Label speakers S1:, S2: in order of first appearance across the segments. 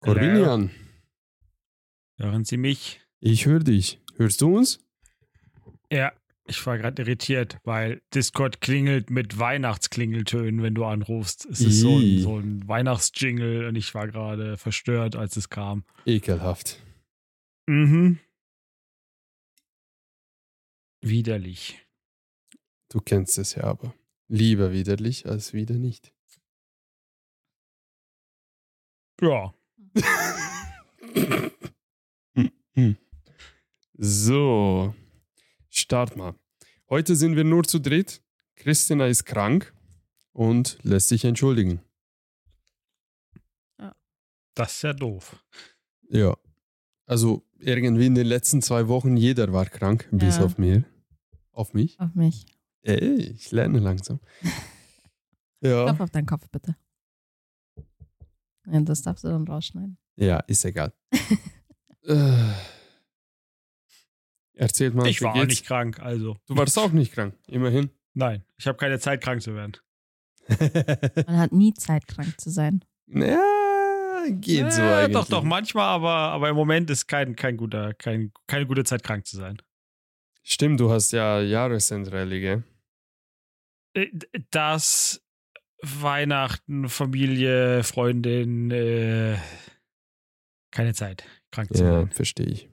S1: Corvinian,
S2: Hören Sie mich?
S1: ich höre dich. Hörst du uns?
S2: Ja, ich war gerade irritiert, weil Discord klingelt mit Weihnachtsklingeltönen, wenn du anrufst. Es ist so ein,
S1: Ih.
S2: so ein Weihnachtsjingle und ich war gerade verstört, als es kam.
S1: Ekelhaft.
S2: Mhm. Widerlich.
S1: Du kennst es ja aber. Lieber widerlich als wieder nicht.
S2: Ja.
S1: So, start mal. Heute sind wir nur zu dritt. Christina ist krank und lässt sich entschuldigen.
S2: Das ist ja doof.
S1: Ja. Also irgendwie in den letzten zwei Wochen jeder war krank, bis
S3: Ja.
S1: auf mir. Auf mich.
S3: Auf mich.
S1: Ey, ich lerne langsam. Ja.
S3: Klopf auf deinen Kopf, bitte. Ja, das darfst du dann rausschneiden.
S1: Ja, ist egal. äh. Erzählt mal,
S2: ich
S1: wie
S2: war auch
S1: geht's?
S2: nicht krank, also.
S1: Du warst auch nicht krank, immerhin.
S2: Nein, ich habe keine Zeit, krank zu werden.
S3: Man hat nie Zeit, krank zu sein.
S1: ja, geht so
S2: Äh,
S1: eigentlich.
S2: Doch, doch, manchmal, aber, aber im Moment ist kein, kein guter, kein, keine gute Zeit, krank zu sein.
S1: Stimmt, du hast ja Jahresendrallye, gell?
S2: Äh, Das Weihnachten, Familie, Freundin, äh, keine Zeit, krank zu
S1: Ja,
S2: werden.
S1: verstehe ich.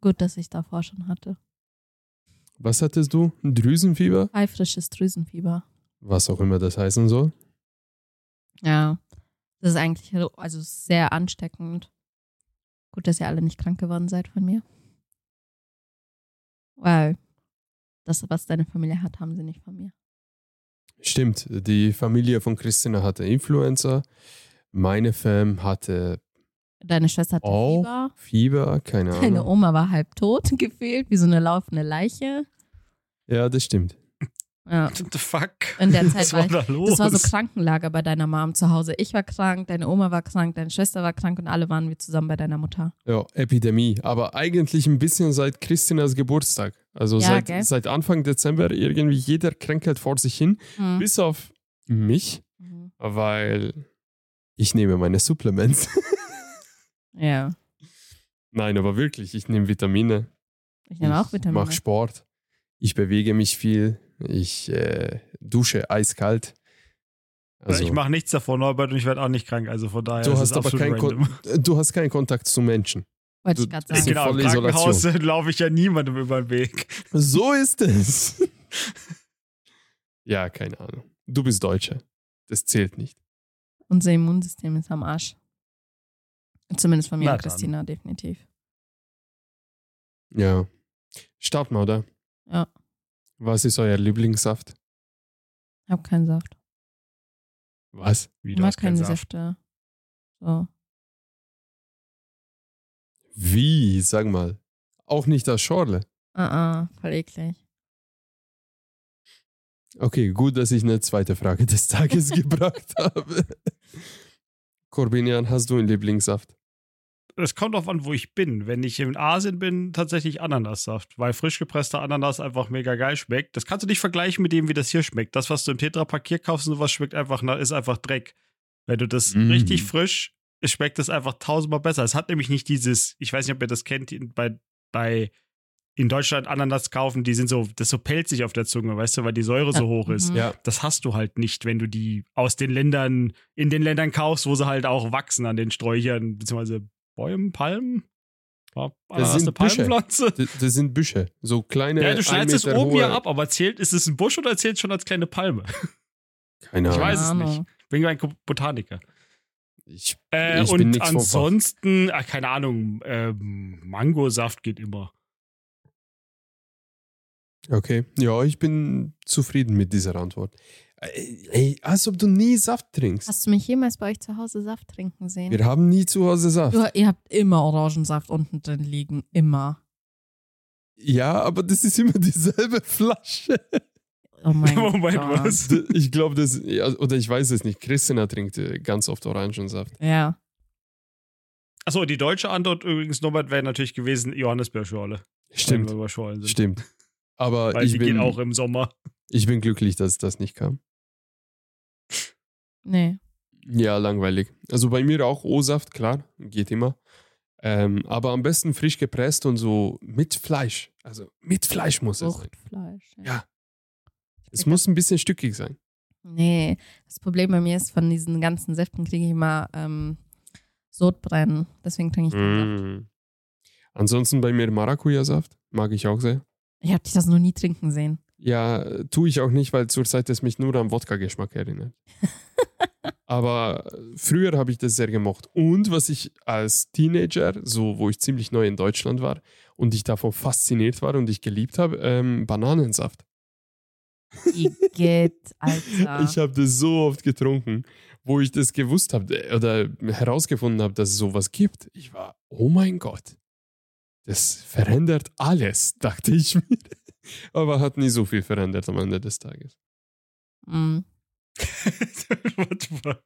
S3: Gut, dass ich davor schon hatte.
S1: Was hattest du? Ein Drüsenfieber?
S3: Eifrisches Drüsenfieber.
S1: Was auch immer das heißen soll.
S3: Ja. Das ist eigentlich so- also sehr ansteckend. Gut, dass ihr alle nicht krank geworden seid von mir. Weil das, was deine Familie hat, haben sie nicht von mir.
S1: Stimmt, die Familie von Christina hatte Influenza. Meine Fam hatte
S3: Deine Schwester hatte
S1: Auch?
S3: Fieber.
S1: Fieber, keine
S3: Deine
S1: Ahnung.
S3: Oma war halb tot gefehlt, wie so eine laufende Leiche.
S1: Ja, das stimmt.
S3: Ja.
S2: What the fuck?
S3: In der Zeit
S2: Was
S3: war
S2: war
S3: ich
S2: da los?
S3: Das war so Krankenlager bei deiner Mom zu Hause. Ich war krank, deine Oma war krank, deine Schwester war krank und alle waren wir zusammen bei deiner Mutter.
S1: Ja, Epidemie. Aber eigentlich ein bisschen seit Christinas Geburtstag. Also
S3: Ja, gell?
S1: seit, seit Anfang Dezember irgendwie jeder kränkelt vor sich hin.
S3: Hm.
S1: Bis auf mich,
S3: Mhm.
S1: weil ich nehme meine Supplements.
S3: Ja,
S1: Nein, aber wirklich, ich nehme Vitamine.
S3: ich nehme auch E. Vitamine.
S1: Mache Sport. Ich bewege mich viel. Ich äh, dusche eiskalt.
S2: Also,
S1: Also,
S2: ich mache nichts davon, Norbert, und ich werde auch nicht krank, also von daher
S1: Du
S2: ist
S1: hast
S2: es
S1: aber
S2: absolut
S1: kein
S2: random.
S1: äh, Du hast keinen Kontakt zu Menschen.
S3: Wollte
S1: Du-
S3: ich gerade
S1: das ist
S3: sagen.
S2: Genau, im
S1: volle Isolation.
S2: Krankenhaus äh, laufe ich ja niemandem über den Weg.
S1: So ist es. ja, keine Ahnung. Du bist Deutscher. Das zählt nicht.
S3: Unser Immunsystem ist am Arsch. Zumindest von mir
S2: Na
S3: und
S2: dann.
S3: Christina, definitiv.
S1: Ja. Start mal, oder?
S3: Ja.
S1: Was ist euer Lieblingssaft?
S3: Ich habe keinen Saft.
S1: Was?
S2: Wie,
S3: Ich
S2: du
S3: mag
S2: hast keinen
S3: keine
S2: Saft.
S3: Säfte. So.
S1: Wie? Sag mal. Auch nicht das Schorle.
S3: Ah, ah, voll eklig.
S1: Okay, gut, dass ich eine zweite Frage des Tages gebracht habe. Corbinian, hast du einen Lieblingssaft?
S2: es kommt drauf an, wo ich bin. Wenn ich in Asien bin, tatsächlich Ananassaft, weil frisch gepresster Ananas einfach mega geil schmeckt. Das kannst du nicht vergleichen mit dem, wie das hier schmeckt. Das, was du im Tetrapack hier kaufst und sowas, schmeckt einfach, na- ist einfach Dreck. Wenn du das
S1: Mm.
S2: richtig frisch, es schmeckt es einfach tausendmal besser. Es hat nämlich nicht dieses, ich weiß nicht, ob ihr das kennt, in- bei, bei in Deutschland Ananas kaufen, die sind so, das so pelzig auf der Zunge, weißt du, weil die Säure so
S3: Ja,
S2: hoch ist
S3: mhm.
S1: Ja.
S2: das hast du halt nicht, wenn du die aus den Ländern, in den Ländern kaufst, wo sie halt auch wachsen an den Sträuchern, beziehungsweise Bäumen, Palmen? War Ananas
S1: sind
S2: eine
S1: Büsche.
S2: Palmpflanze?
S1: D- Das sind Büsche. So kleine.
S2: Ja, du schneidest
S1: ein
S2: es
S1: Meter
S2: oben ja
S1: hohe-
S2: ab, aber zählt, ist es ein Busch oder zählt es schon als kleine Palme?
S1: Keine
S2: Ich
S1: Ahnung.
S2: weiß es
S3: Keine
S2: nicht.
S3: Ahnung.
S2: Bin kein Botaniker.
S1: Ich,
S2: Äh,
S1: Ich
S2: und
S1: bin nix vom Fach.
S2: ansonsten, ah, keine Ahnung, ähm, Mangosaft geht immer.
S1: okay. Ja, ich bin zufrieden mit dieser Antwort. Ey, ey, als ob du nie Saft trinkst.
S3: Hast du mich jemals bei euch zu Hause Saft trinken sehen?
S1: Wir haben nie zu Hause Saft.
S3: Du, ihr habt immer Orangensaft unten drin liegen. Immer.
S1: Ja, aber das ist immer dieselbe Flasche.
S3: Oh mein
S2: Moment,
S3: Gott.
S2: was?
S1: D- Ich glaube, das. ja, Oder ich weiß es nicht. Christina trinkt äh, ganz oft Orangensaft.
S3: Ja.
S2: Achso, die deutsche Antwort übrigens, Norbert, wäre natürlich gewesen Johannisbeerschorle. Wenn wir
S1: Stimmt.
S2: über Schorlen sind.
S1: Stimmt. Aber
S2: Weil
S1: ich
S2: die gehen
S1: bin,
S2: auch im Sommer.
S1: ich bin glücklich, dass das nicht kam.
S3: Nee.
S1: Ja, langweilig. Also bei mir auch O-Saft, klar, geht immer. Ähm, aber am besten frisch gepresst und so mit Fleisch. Also mit Fleisch muss es sein.
S3: Fruchtfleisch.
S1: Ja. Es muss ein bisschen stückig sein.
S3: Nee, das Problem bei mir ist, von diesen ganzen Säften kriege ich immer ähm, Sodbrennen. Deswegen trinke ich keinen Saft.
S1: Mm. Ansonsten bei mir Maracuja-Saft, mag ich auch sehr.
S3: Ich habe dich das noch nie trinken sehen.
S1: Ja, äh, tue ich auch nicht, weil zurzeit es mich nur an Wodka-Geschmack erinnert. Aber äh, früher habe ich das sehr gemocht. Und was ich als Teenager, so wo ich ziemlich neu in Deutschland war und ich davon fasziniert war und ich geliebt habe, ähm, Bananensaft.
S3: Igitt, Alter.
S1: Ich habe das so oft getrunken, wo ich das gewusst habe äh, oder herausgefunden habe, dass es sowas gibt. Ich war, oh mein Gott, das verändert alles, dachte ich mir. Aber hat nie so viel verändert am Ende des Tages.
S3: mm.
S2: Warte mal.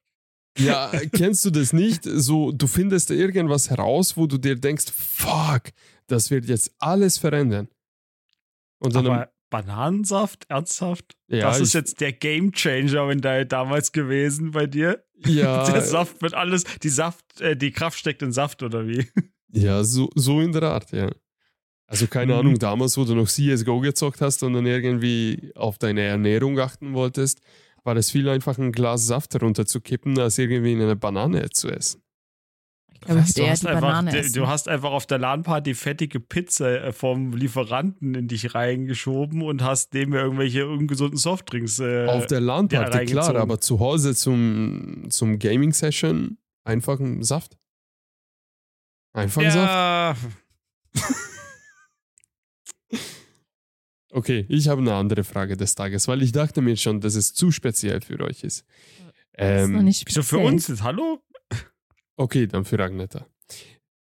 S1: Ja, kennst du das nicht? So, du findest irgendwas heraus, wo du dir denkst, fuck, das wird jetzt alles verändern. Und dann,
S2: Aber Bananensaft, ernsthaft?
S1: ja,
S2: das ist
S1: ich,
S2: jetzt der Game Changer wenn da damals gewesen bei dir. Der
S1: Ah, ja,
S2: Saft wird alles, die Saft, äh, die Kraft steckt in Saft oder wie?
S1: ja so, so in der Art, ja. Also keine
S2: Mhm.
S1: Ahnung, damals, wo du noch CSGO gezockt hast und dann irgendwie auf deine Ernährung achten wolltest, war es viel einfacher, ein Glas Saft runterzukippen, als irgendwie eine Banane zu essen.
S3: Ich glaube, ich
S1: Was,
S3: würde eher die
S2: einfach,
S3: Banane
S2: du,
S3: essen.
S2: du hast einfach auf der LAN-Party fettige Pizza äh, vom Lieferanten in dich reingeschoben und hast dem ja irgendwelche ungesunden Softdrinks. Äh,
S1: auf der LAN-Party, klar,
S2: reingezogen.
S1: aber zu Hause zum, zum Gaming-Session einfach ein Saft. Einfach ein Saft.
S2: ja,
S1: Okay, ich habe eine andere Frage des Tages, weil ich dachte mir schon, dass es zu speziell für euch ist.
S3: Das ist noch
S1: Ähm,
S3: nicht
S2: so für
S3: speziell.
S2: uns ist, hallo?
S1: okay, dann für Agneta.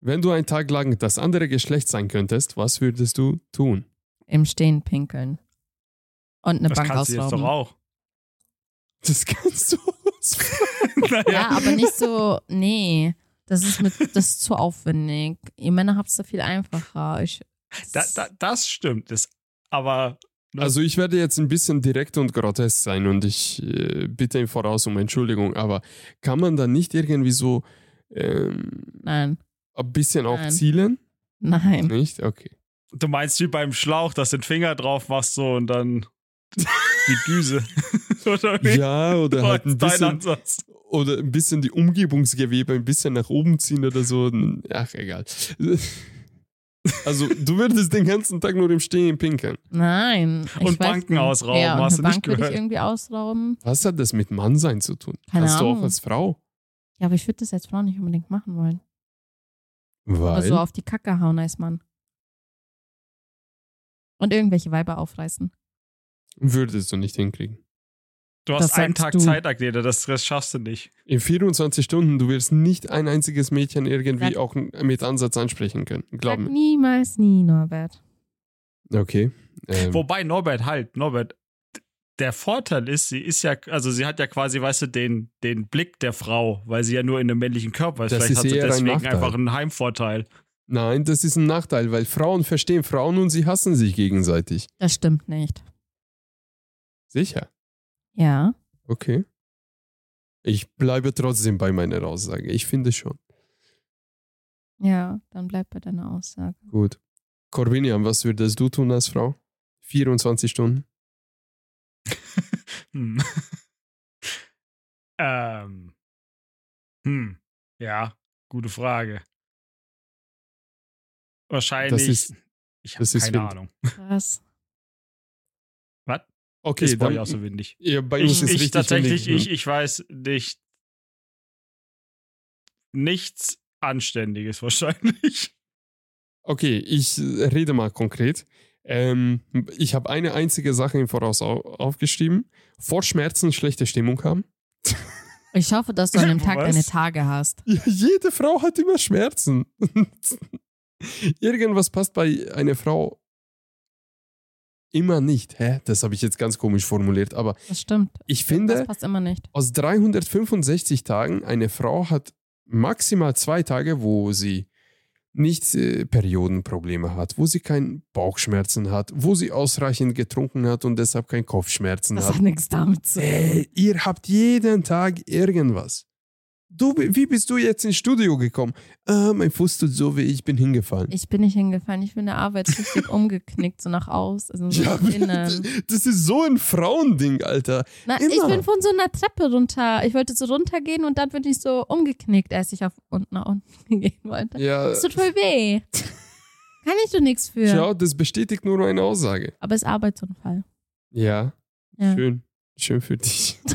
S1: Wenn du einen Tag lang das andere Geschlecht sein könntest, was würdest du tun?
S3: Im Stehen pinkeln. Und eine
S2: das
S3: Bank
S2: kannst du jetzt doch
S3: ausrauben.
S2: auch.
S1: Das kannst du ausführen.
S2: naja.
S3: Ja, aber nicht so, nee. Das ist, mit, das ist zu aufwendig. Ihr Männer habt es da viel einfacher. Ich,
S2: da, da, das stimmt. Das, aber
S1: Also ich werde jetzt ein bisschen direkt und grotesk sein und ich äh, bitte im Voraus um Entschuldigung, aber kann man da nicht irgendwie so ähm,
S3: nein,
S1: ein bisschen auch
S3: Nein.
S1: zielen?
S3: nein.
S1: Nicht? Okay.
S2: du meinst wie beim Schlauch, dass du den Finger drauf machst so und dann die Düse. oder wie?
S1: Ja, oder
S2: War
S1: halt ein
S2: jetzt dein
S1: bisschen,
S2: Ansatz.
S1: oder ein bisschen die Umgebungsgewebe ein bisschen nach oben ziehen oder so. Ach, egal. Also, du würdest den ganzen Tag nur im Stehen pinkeln.
S3: Nein. Ich
S2: Und
S3: weiß
S2: Banken
S3: nicht.
S2: ausrauben,
S3: ja, und
S2: hast du
S3: eine Bank
S2: nicht
S3: würde
S2: gehört.
S3: ich irgendwie ausrauben.
S1: Was hat das mit Mannsein zu tun?
S3: Keine
S1: Kannst du auch
S3: Ahnung.
S1: als Frau?
S3: Ja, aber ich würde das als Frau nicht unbedingt machen wollen.
S1: Weil.
S3: Aber so auf die Kacke hauen als Mann. Und irgendwelche Weiber aufreißen.
S1: würdest du nicht hinkriegen.
S2: Du
S3: Das
S2: hast einen
S3: sagst
S2: Tag
S3: du.
S2: Zeit, Agneta, das, das schaffst du nicht.
S1: In 24 Stunden, du wirst nicht ein einziges Mädchen irgendwie
S3: Sag-
S1: auch mit Ansatz ansprechen können. Glaub
S3: Sag
S1: mir.
S3: niemals nie, Norbert.
S1: Okay. Ähm,
S2: Wobei Norbert halt, Norbert, d- der Vorteil ist, sie ist ja, also sie hat ja quasi, weißt du, den, den Blick der Frau, weil sie ja nur in einem männlichen Körper ist.
S1: Das
S2: Vielleicht
S1: ist
S2: hat sie
S1: eher ein
S2: deswegen
S1: Nachteil.
S2: einfach einen Heimvorteil.
S1: nein, das ist ein Nachteil, weil Frauen verstehen Frauen und sie hassen sich gegenseitig.
S3: Das stimmt nicht.
S1: Sicher.
S3: Ja.
S1: Okay. Ich bleibe trotzdem bei meiner Aussage. Ich finde schon.
S3: Ja, dann bleib bei deiner Aussage.
S1: Gut. Corbinian, was würdest du tun als Frau? 24 Stunden?
S2: Hm. ähm. Hm. Ja, gute Frage. Wahrscheinlich.
S1: Das ist-
S2: ich habe
S1: das
S2: keine
S1: ist wild.
S2: Ahnung.
S3: Krass.
S1: Okay,
S2: Ist bei euch
S1: dann,
S2: auch so windig.
S1: ja, bei uns
S2: also Ich,
S1: ist
S2: ich
S1: richtig
S2: tatsächlich,
S1: windig. ne?
S2: ich, ich weiß nicht. Nichts Anständiges wahrscheinlich.
S1: Okay, ich äh, rede mal konkret. Ähm, ich habe eine einzige Sache im Voraus au aufgeschrieben. Vor Schmerzen schlechte Stimmung haben.
S3: Ich hoffe, dass du an dem Tag
S2: Was?
S3: deine Tage hast.
S1: Ja, jede Frau hat immer Schmerzen. Irgendwas passt bei einer Frau immer nicht. Hä? Das habe ich jetzt ganz komisch formuliert, aber
S3: Das stimmt.
S1: ich
S3: Das
S1: finde,
S3: passt immer nicht.
S1: aus 365 Tagen, eine Frau hat maximal zwei Tage, wo sie nicht äh, Periodenprobleme hat, wo sie keinen Bauchschmerzen hat, wo sie ausreichend getrunken hat und deshalb keinen Kopfschmerzen
S3: Das
S1: hat.
S3: hat nichts damit zu tun.
S1: Äh, ihr habt jeden Tag irgendwas. Du, bi- wie bist du jetzt ins Studio gekommen? Ah, mein Fuß tut so weh, ich bin hingefallen.
S3: Ich bin nicht hingefallen, ich bin in der Arbeit richtig umgeknickt, so nach aus. Also so
S1: ja,
S3: nach innen.
S1: das ist so ein Frauending, Alter.
S3: Na, ich
S1: Immer.
S3: bin von so einer Treppe runter. Ich wollte so runtergehen und dann bin ich so umgeknickt, als ich auf unten nach unten gehen wollte.
S1: Ja,
S3: Es tut voll weh. Kann ich so nichts für.
S1: schau, das bestätigt nur meine Aussage.
S3: Aber es ist Arbeitsunfall.
S1: Ja,
S3: Ja.
S1: schön. Schön für dich.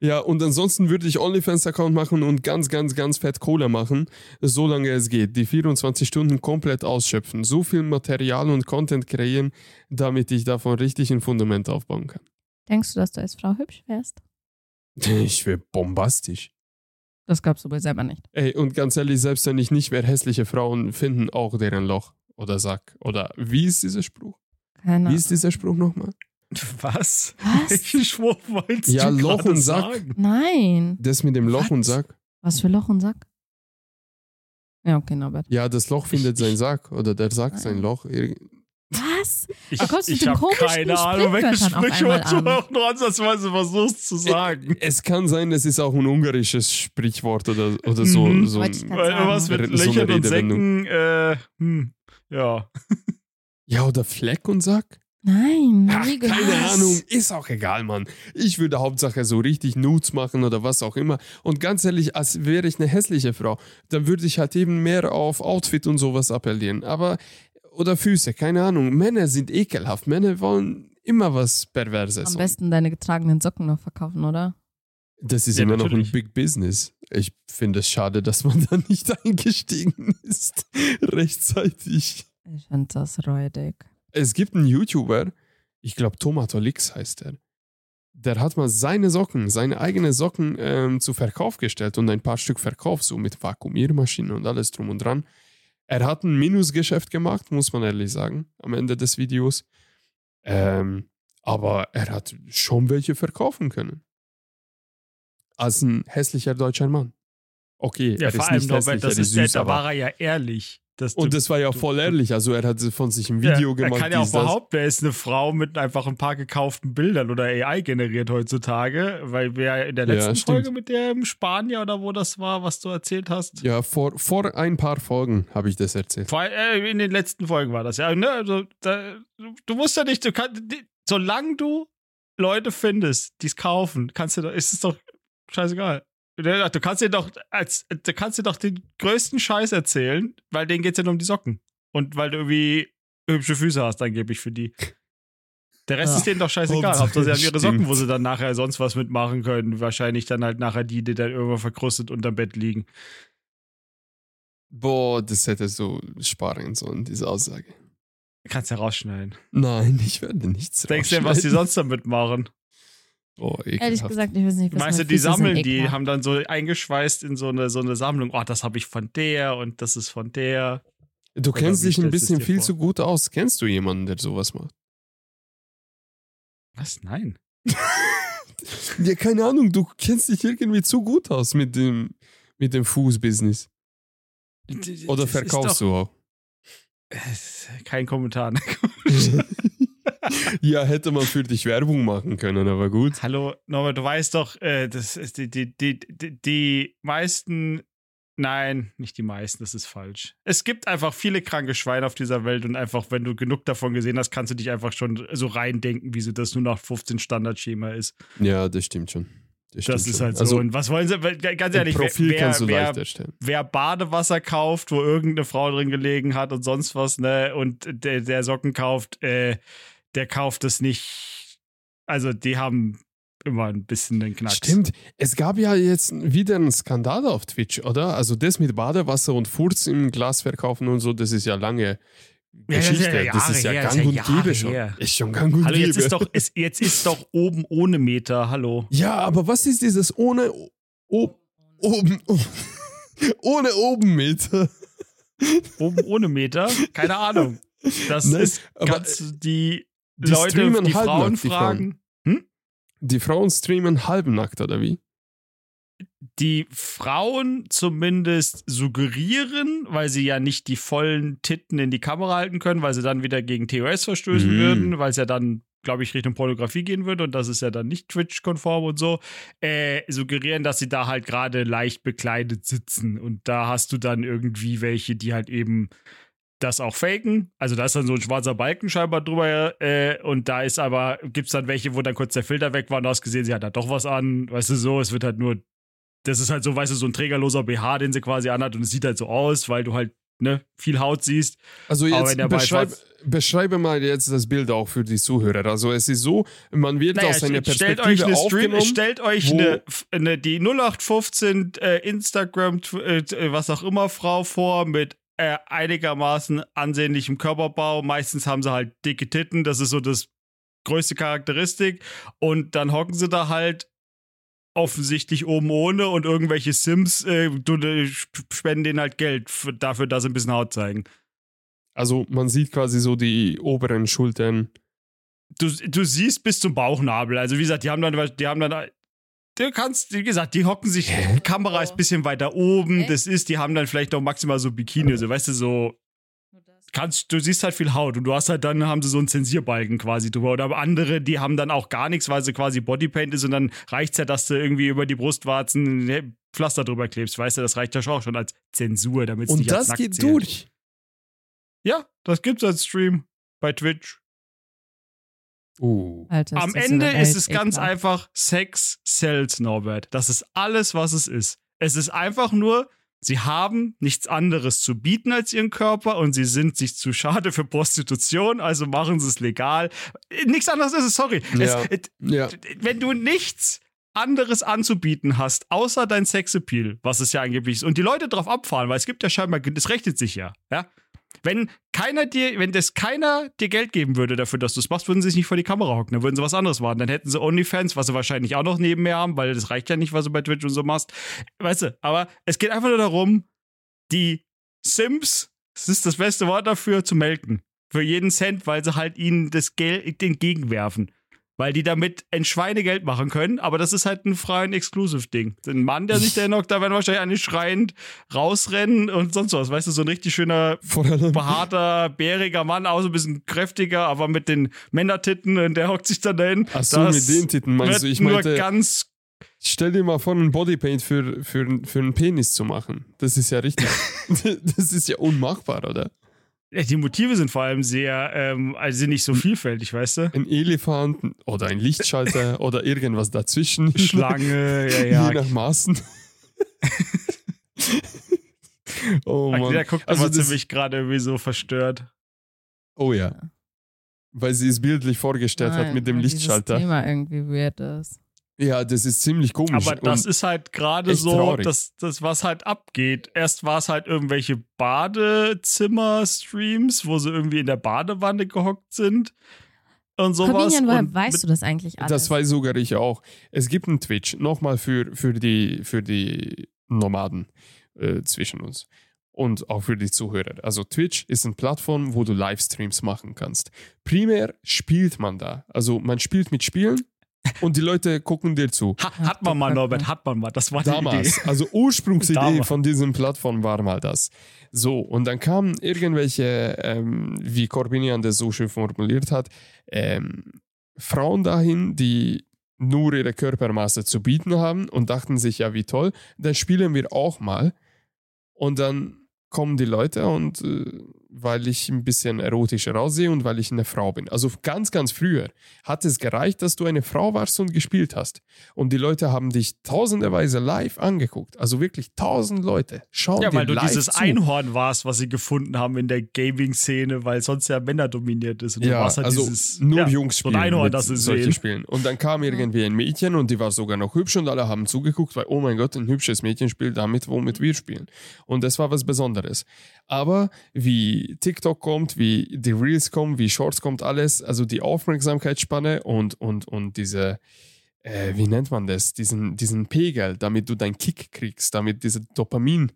S1: ja, und ansonsten würde ich OnlyFans-Account machen und ganz, ganz, ganz fett Cola machen, solange es geht. Die 24 Stunden komplett ausschöpfen. So viel Material und Content kreieren, damit ich davon richtig ein Fundament aufbauen kann.
S3: Denkst du, dass du als Frau hübsch wärst?
S1: Ich wäre bombastisch.
S3: Das glaubst du wohl selber nicht.
S1: Ey, und ganz ehrlich, selbst wenn ich nicht wäre, hässliche Frauen finden auch deren Loch oder Sack. Oder wie ist dieser Spruch?
S3: Keine
S1: Wie ist dieser Spruch nohnmal?
S2: Was?
S3: Ahnung. Was?
S2: Welchen Schwur wolltest
S1: Ja,
S2: du
S1: Loch
S2: gerade
S1: und Sack.
S2: sagen?
S3: Nein.
S1: Das mit dem Loch und Sack?
S3: Was für Loch und Sack? Ja, okay, Norbert.
S1: Ja, das Loch findet
S2: Ich-
S1: seinen Sack oder der Sack Ah, sein Loch. Irg-
S3: Was?
S2: Ich,
S3: Da kommst du mit
S2: ich
S3: den
S2: habe
S3: komischen
S2: keine Ahnung, welche
S3: Sprichwörtern auf
S2: Sprichwort du
S3: einmal an.
S2: auch nur ansatzweise versuchst zu sagen.
S1: Es kann sein, das ist auch ein ungarisches Sprichwort oder, oder so.
S2: Mhm.
S1: so
S3: Wollte ich
S1: ein,
S3: grad-
S2: Weil was
S1: sagen.
S2: mit
S1: So eine
S2: Löchern und
S1: Redewendung.
S2: Säcken, äh, hm, ja.
S1: ja, oder Fleck und Sack?
S3: Nein,
S1: Ach,
S3: nie gehört.
S1: keine Ahnung, ist auch egal, Mann. Ich würde Hauptsache so richtig Nudes machen oder was auch immer. Und ganz ehrlich, als wäre ich eine hässliche Frau, dann würde ich halt eben mehr auf Outfit und sowas appellieren. Aber, oder Füße, keine Ahnung. Männer sind ekelhaft. Männer wollen immer was Perverses.
S3: Am
S1: Und
S3: besten deine getragenen Socken noch verkaufen, oder?
S1: Das ist
S2: Ja,
S1: immer noch ein
S2: natürlich.
S1: Big Business. Ich finde es schade, dass man da nicht eingestiegen ist. Rechtzeitig.
S3: Ich finde das räudig.
S1: Es gibt einen YouTuber, ich glaube Tomatolix heißt er. Der hat mal seine Socken, seine eigenen Socken ähm, zu Verkauf gestellt und ein paar Stück verkauft, so mit Vakuumiermaschine und alles drum und dran. Er hat ein Minusgeschäft gemacht, muss man ehrlich sagen, am Ende des Videos. Ähm, aber er hat schon welche verkaufen können. Als ein hässlicher deutscher Mann. Okay,
S2: Ja,
S1: er
S2: vor
S1: ist
S2: allem,
S1: nicht
S2: noch, weil
S1: hässlich, er
S2: das
S1: ist
S2: ist, der,
S1: süß,
S2: da
S1: aber...
S2: war er ja ehrlich. dass
S1: Und
S2: du-
S1: das war ja
S2: du-
S1: voll
S2: du-
S1: ehrlich, also er hat von sich ein Video
S2: ja,
S1: gemacht.
S2: Er kann ja auch
S1: dies, das.
S2: behaupten, er ist eine Frau mit einfach ein paar gekauften Bildern oder AI generiert heutzutage, weil wir ja in der
S1: Ja,
S2: letzten
S1: stimmt.
S2: Folge mit dem Spanier oder wo das war, was du erzählt hast.
S1: Ja, vor, vor ein paar Folgen habe ich das erzählt.
S2: Vor allem, äh, in den letzten Folgen war das ja. Ne? Also, da, du, du musst ja nicht, du kannst, die, solange du Leute findest, die es kaufen, kannst du, doch- ist es doch scheißegal. Ne, Du kannst dir doch als, du kannst dir doch den größten Scheiß erzählen, weil denen geht's ja nur um die Socken und weil du irgendwie hübsche Füße hast angeblich für die. Der Rest
S3: Ja.
S2: ist denen doch scheißegal.
S1: Hauptsache,
S2: Hauptsache sie haben ihre Socken,
S1: stimmt.
S2: wo sie dann nachher sonst was mitmachen können. Wahrscheinlich dann halt nachher die, die dann irgendwann verkrustet unterm Bett liegen.
S1: Boah, das hätte so sparen sollen, diese Aussage.
S2: Kannst ja rausschneiden.
S1: Nein, ich werde nichts
S2: Denkst du, was die
S1: rausschneiden.
S2: sonst damit machen?
S1: Oh, ekelhaft.
S3: Ehrlich gesagt, ich weiß nicht, was
S2: Meinst du,
S3: meine
S2: die
S3: Füße sind
S2: sammeln die,
S3: ekelhaft.
S2: haben dann so eingeschweißt in so eine, so eine Sammlung. Oh, das habe ich von der und das ist von der.
S1: Du
S2: Oder
S1: kennst
S2: wie
S1: dich ein
S2: stellst du es
S1: bisschen
S2: dir
S1: viel
S2: vor?
S1: zu gut aus. Kennst du jemanden, der sowas macht?
S2: Was? Nein.
S1: Ja, keine Ahnung, du kennst dich irgendwie zu gut aus mit dem, mit dem Fußbusiness. Oder
S2: Das ist
S1: verkaufst
S2: doch-
S1: du auch?
S2: Kein Kommentar.
S1: ja, hätte man für dich Werbung machen können, aber gut.
S2: Hallo, Norbert, du weißt doch, äh, das ist die, die, die, die, die meisten. Nein, nicht die meisten, das ist falsch. Es gibt einfach viele kranke Schweine auf dieser Welt und einfach, wenn du genug davon gesehen hast, kannst du dich einfach schon so reindenken, wie so das nur nach 15 Standardschema ist.
S1: Ja, das stimmt schon. Das, stimmt
S2: Das ist
S1: schon.
S2: halt so.
S1: Also,
S2: und was wollen sie? weil- Ganz
S1: ein
S2: ehrlich, wer-
S1: Profil
S2: wer,
S1: kannst du
S2: wer,
S1: leicht erstellen.
S2: wer Badewasser kauft, wo irgendeine Frau drin gelegen hat und sonst was, ne, und der, der Socken kauft, äh, der kauft es nicht. Also, die haben immer ein bisschen den Knacks.
S1: Stimmt, es gab ja jetzt wieder einen Skandal auf Twitch, oder? Also das mit Badewasser und Furz im Glas verkaufen und so, das ist ja lange
S2: das ist ja
S1: Geschichte. das
S2: Jahre
S1: ist ja
S2: her, das
S1: gang
S2: ist
S1: und
S2: ja Jahre
S1: gäbe schon.
S2: her.
S1: Ist schon gang und
S2: Hallo, jetzt
S1: gäbe.
S2: ist, doch, ist, jetzt ist doch oben ohne Meter, hallo.
S1: ja, aber was ist dieses ohne o- o- oben ohne oben Meter?
S2: Oben ohne Meter? Keine Ahnung. Das
S1: Nein,
S2: ist
S1: Ne, aber
S2: ganz die,
S1: die
S2: Leute,
S1: streamen
S2: die
S1: halbnackt,
S2: Frauen
S1: die Frauen.
S2: fragen.
S1: Die Frauen streamen halbnackt oder wie?
S2: die Frauen zumindest suggerieren, weil sie ja nicht die vollen Titten in die Kamera halten können, weil sie dann wieder gegen TOS verstößen
S1: Mhm.
S2: würden, weil es ja dann glaube ich, Richtung Pornografie gehen würde, und das ist ja dann nicht Twitch-konform und so, äh, suggerieren, dass sie da halt gerade leicht bekleidet sitzen. Und da hast du dann irgendwie welche, die halt eben das auch faken. Also da ist dann so ein schwarzer Balken scheinbar drüber äh, und da ist aber, gibt's dann welche, wo dann kurz der Filter weg war und du hast gesehen, sie hat da doch was an, weißt du so, es wird halt nur, das ist halt so, weißt du, so ein trägerloser BH, den sie quasi anhat und es sieht halt so aus, weil du halt, ne, viel Haut siehst.
S1: Also
S2: Aber
S1: jetzt
S2: wenn der Ball
S1: beschreib, beschreibe mal jetzt das Bild auch für die Zuhörer. Also es ist so, man wird aus seiner
S2: stellt
S1: Perspektive
S2: euch eine Stream,
S1: aufgenommen.
S2: stellt euch
S1: wo-
S2: eine, eine die 0815 äh, Instagram, tw- äh, was auch immer Frau vor mit äh, einigermaßen ansehnlichem Körperbau. Meistens haben sie halt dicke Titten, das ist so das größte Charakteristik. Und dann hocken sie da halt offensichtlich oben ohne und irgendwelche Sims äh, du- äh, sp- spenden denen halt Geld f- dafür, dass sie ein bisschen Haut zeigen.
S1: also man sieht quasi so die oberen Schultern.
S2: du, du siehst bis zum Bauchnabel. Also wie gesagt, die haben dann, die haben dann, du kannst, wie gesagt, die hocken sich, die Kamera ist ein bisschen weiter oben,
S3: Okay.
S2: das ist, die haben dann vielleicht noch maximal so Bikini, also weißt du, so,
S3: Nur das.
S2: kannst, du siehst halt viel Haut und du hast halt dann, haben sie so einen Zensierbalken quasi drüber oder andere, die haben dann auch gar nichts, weil sie quasi Bodypaint ist und dann reicht's ja, dass du irgendwie über die Brustwarzen ein Pflaster drüber klebst, weißt du, das reicht ja schon auch schon als Zensur, damit es
S1: Und
S2: nicht als
S1: das
S2: nackt
S1: geht
S2: zählt.
S1: durch.
S2: Ja, das gibt's als Stream bei Twitch.
S1: Uh.
S3: Alter,
S2: Am
S3: Halt, das
S2: Ende
S3: eine
S2: ist
S3: Welt, eh
S2: es ganz
S3: ekelhaft.
S2: einfach Sex sells, Norbert. Das ist alles, was es ist. Es ist einfach nur, sie haben nichts anderes zu bieten als ihren Körper und sie sind sich zu schade für Prostitution, also machen sie es legal. Äh, Nichts anderes ist es, sorry.
S1: Ja.
S2: Es, äh,
S1: Ja.
S2: wenn du nichts anderes anzubieten hast, außer dein Sexappeal, was es ja angeblich ist, und die Leute drauf abfahren, weil es gibt ja scheinbar, es rechnet sich ja, ja. Wenn keiner dir, wenn das keiner dir Geld geben würde dafür, dass du es machst, würden sie sich nicht vor die Kamera hocken, dann würden sie was anderes machen. Dann hätten sie OnlyFans, was sie wahrscheinlich auch noch nebenher haben, weil das reicht ja nicht, was du bei Twitch und so machst. Weißt du, aber es geht einfach nur darum, die Sims, das ist das beste Wort dafür, zu melken. Für jeden Cent, weil sie halt ihnen das Geld entgegenwerfen. Weil die damit ein Schweinegeld machen können, aber das ist halt ein freien Exclusive-Ding. Ein Mann, der sich da hinhockt, da werden wahrscheinlich alle schreiend rausrennen und sonst was. Weißt du, so ein richtig schöner,
S1: Vor allem,
S2: behaarter, bäriger Mann, auch so ein bisschen kräftiger, aber mit den Männertitten und der hockt sich dann dahin.
S1: ach so, mit den Titten meinst du?
S2: wird
S1: Ich
S2: nur
S1: meinte,
S2: ganz
S1: stell dir mal vor, ein Bodypaint für, für, für einen Penis zu machen. Das ist ja richtig. das ist ja unmachbar, oder?
S2: Ja, Die Motive sind vor allem sehr, ähm, also sind nicht so vielfältig, weißt du?
S1: Ein Elefant oder ein Lichtschalter oder irgendwas dazwischen.
S2: Schlange, ja,
S1: Je
S2: ja.
S1: nach Maßen. oh
S2: Der
S1: Mann.
S2: guckt
S1: Also
S2: aber
S1: das-
S2: ziemlich gerade irgendwie so verstört.
S1: Oh ja. Weil sie es bildlich vorgestellt hat
S2: halt
S3: Nein,
S1: mit dem
S3: weil Dieses
S1: Lichtschalter.
S3: Thema irgendwie weird ist.
S1: Ja, das ist ziemlich komisch.
S2: Aber das
S1: Und
S2: ist halt gerade
S1: echt
S2: so,
S1: traurig.
S2: dass das, was halt abgeht. Erst war es halt irgendwelche Badezimmer-Streams, wo sie irgendwie in der Badewanne gehockt sind und sowas.
S3: Comedian, woher
S2: Und
S3: weißt du das eigentlich alles?
S1: das weiß sogar ich auch. Es gibt einen Twitch, nochmal für, für, die, für die Nomaden äh, zwischen uns. Und auch für die Zuhörer. Also Twitch ist eine Plattform, wo du Livestreams machen kannst. Primär spielt man da. Also man spielt mit Spielen und die Leute gucken dir zu.
S2: ha, hat man mal, Norbert, hat man mal. Das war die Idee.
S1: Damals, also Ursprungsidee
S2: Damals.
S1: von diesen Plattformen war mal das. So, und dann kamen irgendwelche, ähm, wie Corbinian das so schön formuliert hat, ähm, Frauen dahin, die nur ihre Körpermaße zu bieten haben und dachten sich, ja, wie toll, dann spielen wir auch mal. Und dann kommen die Leute und äh, weil ich ein bisschen erotischer aussehe und weil ich eine Frau bin. Also ganz, ganz früher hat es gereicht, dass du eine Frau warst und gespielt hast. Und die Leute haben dich tausenderweise live angeguckt. Also wirklich tausend Leute schauen
S2: Ja,
S1: dir
S2: weil du
S1: live
S2: dieses
S1: zu.
S2: Einhorn warst, was sie gefunden haben in der Gaming-Szene, weil sonst ja Männer dominiert ist. Und du
S1: Ja,
S2: warst halt
S1: also
S2: dieses,
S1: nur
S2: ja,
S1: Jungs
S2: so ein
S1: spielen
S2: Einhorn,
S1: mit
S2: das sie
S1: solchen
S2: sehen.
S1: Spielen. Und dann kam irgendwie ein Mädchen und die war sogar noch hübsch und alle haben zugeguckt, weil, oh mein Gott, ein hübsches Mädchen spielt damit, womit wir spielen. Und das war was Besonderes. Aber wie TikTok kommt, wie die Reels kommen, wie Shorts kommt, alles, also die Aufmerksamkeitsspanne und, und, und diese äh, wie nennt man das, diesen, diesen Pegel, damit du deinen Kick kriegst, damit diese Dopamin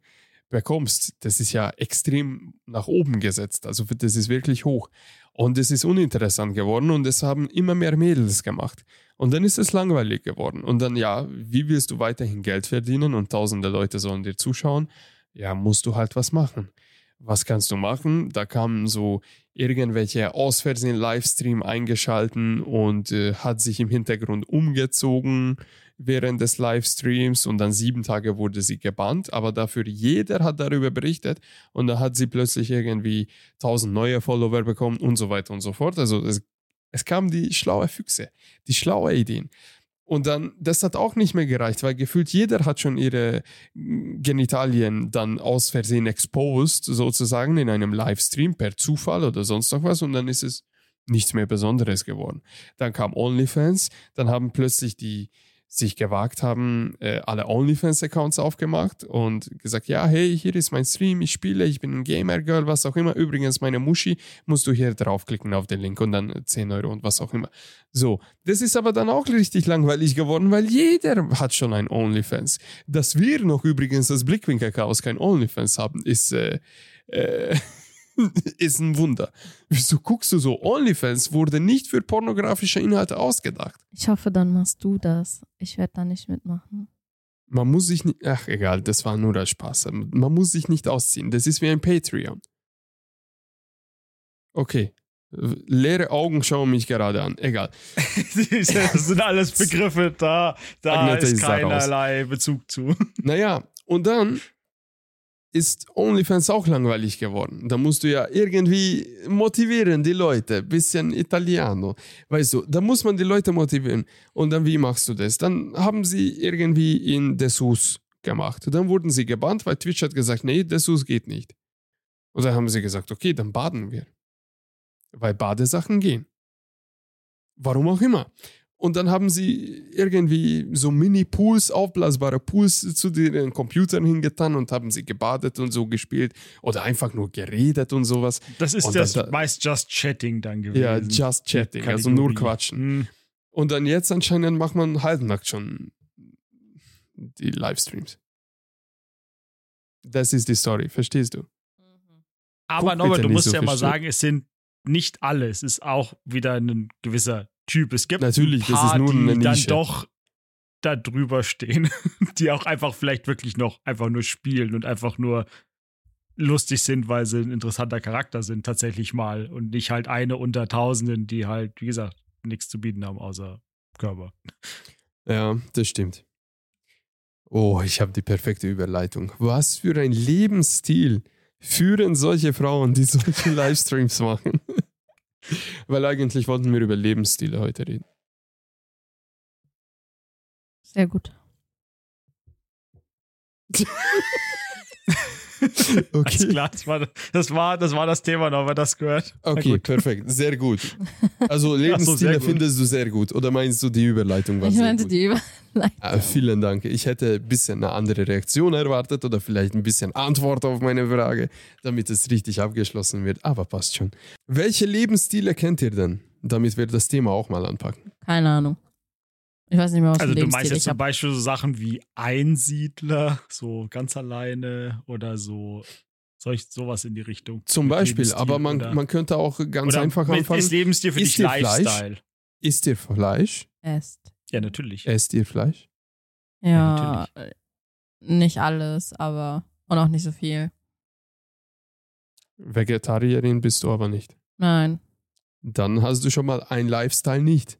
S1: bekommst, das ist ja extrem nach oben gesetzt. Also das ist wirklich hoch. Und es ist uninteressant geworden und es haben immer mehr Mädels gemacht. Und dann ist es langweilig geworden. Und dann, ja, wie willst du weiterhin Geld verdienen und tausende Leute sollen dir zuschauen? Ja, musst du halt was machen. Was kannst du machen? Da kamen so irgendwelche aus Versehen Livestream eingeschalten und äh, hat sich im Hintergrund umgezogen während des Livestreams und dann sieben Tage wurde sie gebannt, aber dafür jeder hat darüber berichtet und da hat sie plötzlich irgendwie tausend neue Follower bekommen und so weiter und so fort. Also es, es kamen die schlaue Füchse, die schlaue Ideen. Und dann, das hat auch nicht mehr gereicht, weil gefühlt jeder hat schon ihre mm, Genitalien dann aus Versehen exposed, sozusagen in einem Livestream per Zufall oder sonst noch was. Und dann ist es nichts mehr Besonderes geworden. Dann kam OnlyFans, dann haben plötzlich die sich gewagt haben, äh, alle OnlyFans-Accounts aufgemacht und gesagt, ja, hey, hier ist mein Stream, ich spiele, ich bin ein Gamer-Girl, was auch immer. Übrigens, meine Muschi, musst du hier draufklicken auf den Link und dann 10 Euro und was auch immer. So, das ist aber dann auch richtig langweilig geworden, weil jeder hat schon ein OnlyFans. Dass wir noch übrigens das Blickwinkel-Chaos kein OnlyFans haben, ist, äh, äh, ist ein Wunder. Wieso guckst du so? OnlyFans wurde nicht für pornografische Inhalte ausgedacht.
S3: Ich hoffe, dann machst du das. Ich werde da nicht mitmachen.
S1: Man muss sich nicht. Ach, egal, das war nur der Spaß. Man muss sich nicht ausziehen. Das ist wie ein Patreon. Okay. Leere Augen schauen mich gerade an. Egal.
S2: das sind alles Begriffe, da, da
S1: Agneta
S2: ist
S1: ist da raus.
S2: keinerlei Bezug zu.
S1: Naja, und dann ist OnlyFans auch langweilig geworden. Da musst du ja irgendwie motivieren, die Leute. Bisschen Italiano. Weißt du, da muss man die Leute motivieren. Und dann, wie machst du das? Dann haben sie irgendwie in Dessous gemacht. Dann wurden sie gebannt, weil Twitch hat gesagt, nee, Dessous geht nicht. Und dann haben sie gesagt, okay, dann baden wir. Weil Badesachen gehen. Warum auch immer. Und dann haben sie irgendwie so Mini-Pools, aufblasbare Pools zu den Computern hingetan und haben sie gebadet und so gespielt oder einfach nur geredet und sowas.
S2: Das ist
S1: Und
S2: das
S1: dann-
S2: meist Just Chatting dann gewesen.
S1: Ja, just chatting, also nur quatschen.
S2: Hm.
S1: Und dann jetzt anscheinend macht man halbnackt schon die Livestreams. Das ist die Story, verstehst du?
S3: Mhm.
S2: Aber
S1: Guck
S2: Norbert,
S1: bitte
S2: du
S1: nicht
S2: musst
S1: so
S2: ja mal
S1: verstört.
S2: sagen, es sind nicht alle. Es ist auch wieder ein gewisser Typ. Es gibt
S1: Natürlich,
S2: ein
S1: das ist
S2: paar,
S1: nur eine
S2: die dann
S1: Nische.
S2: doch da drüber stehen, die auch einfach vielleicht wirklich noch einfach nur spielen und einfach nur lustig sind, weil sie ein interessanter Charakter sind tatsächlich mal und nicht halt eine unter Tausenden, die halt, wie gesagt, nichts zu bieten haben außer Körper.
S1: Ja, das stimmt. Oh, ich habe die perfekte Überleitung. Was für ein Lebensstil führen solche Frauen, die solche Livestreams machen? Weil eigentlich wollten wir über Lebensstile heute reden.
S3: Sehr gut.
S2: Alles klar, das war das, war, das, war das Thema, noch, wer das gehört. Na
S1: Okay,
S2: gut.
S1: perfekt. Sehr gut. Also Lebensstile
S2: sehr gut.
S1: findest du sehr gut. Oder meinst du, die Überleitung war
S3: ich
S1: sehr
S3: meinte
S1: gut?
S3: die über.
S1: Ah, vielen Dank. Ich hätte ein bisschen eine andere Reaktion erwartet oder vielleicht ein bisschen Antwort auf meine Frage, damit es richtig abgeschlossen wird. Aber passt schon. Welche Lebensstile kennt ihr denn? Damit wir das Thema auch mal anpacken.
S3: Keine Ahnung. Ich weiß nicht mehr, was
S2: Also
S3: für
S2: du
S3: ein
S2: meinst jetzt
S3: Lebensstil ich
S2: zum
S3: habe.
S2: Beispiel so Sachen wie Einsiedler, so ganz alleine oder so solch, sowas in die Richtung.
S1: Zum
S2: Mit
S1: Beispiel,
S2: Lebensstil
S1: aber man,
S2: oder-
S1: man könnte auch ganz
S2: oder
S1: einfach
S2: mit-
S1: anfangen.
S2: Ist Lebensstil für
S1: Isst
S2: dich
S1: ihr Fleisch?
S2: Lifestyle?
S1: Isst ihr Fleisch?
S3: Esst.
S2: Ja, natürlich.
S1: Esst ihr Fleisch?
S3: Ja, äh, nicht alles, aber. Und auch nicht so viel.
S1: Vegetarierin bist du aber nicht.
S3: Nein.
S1: Dann hast du schon mal einen Lifestyle nicht.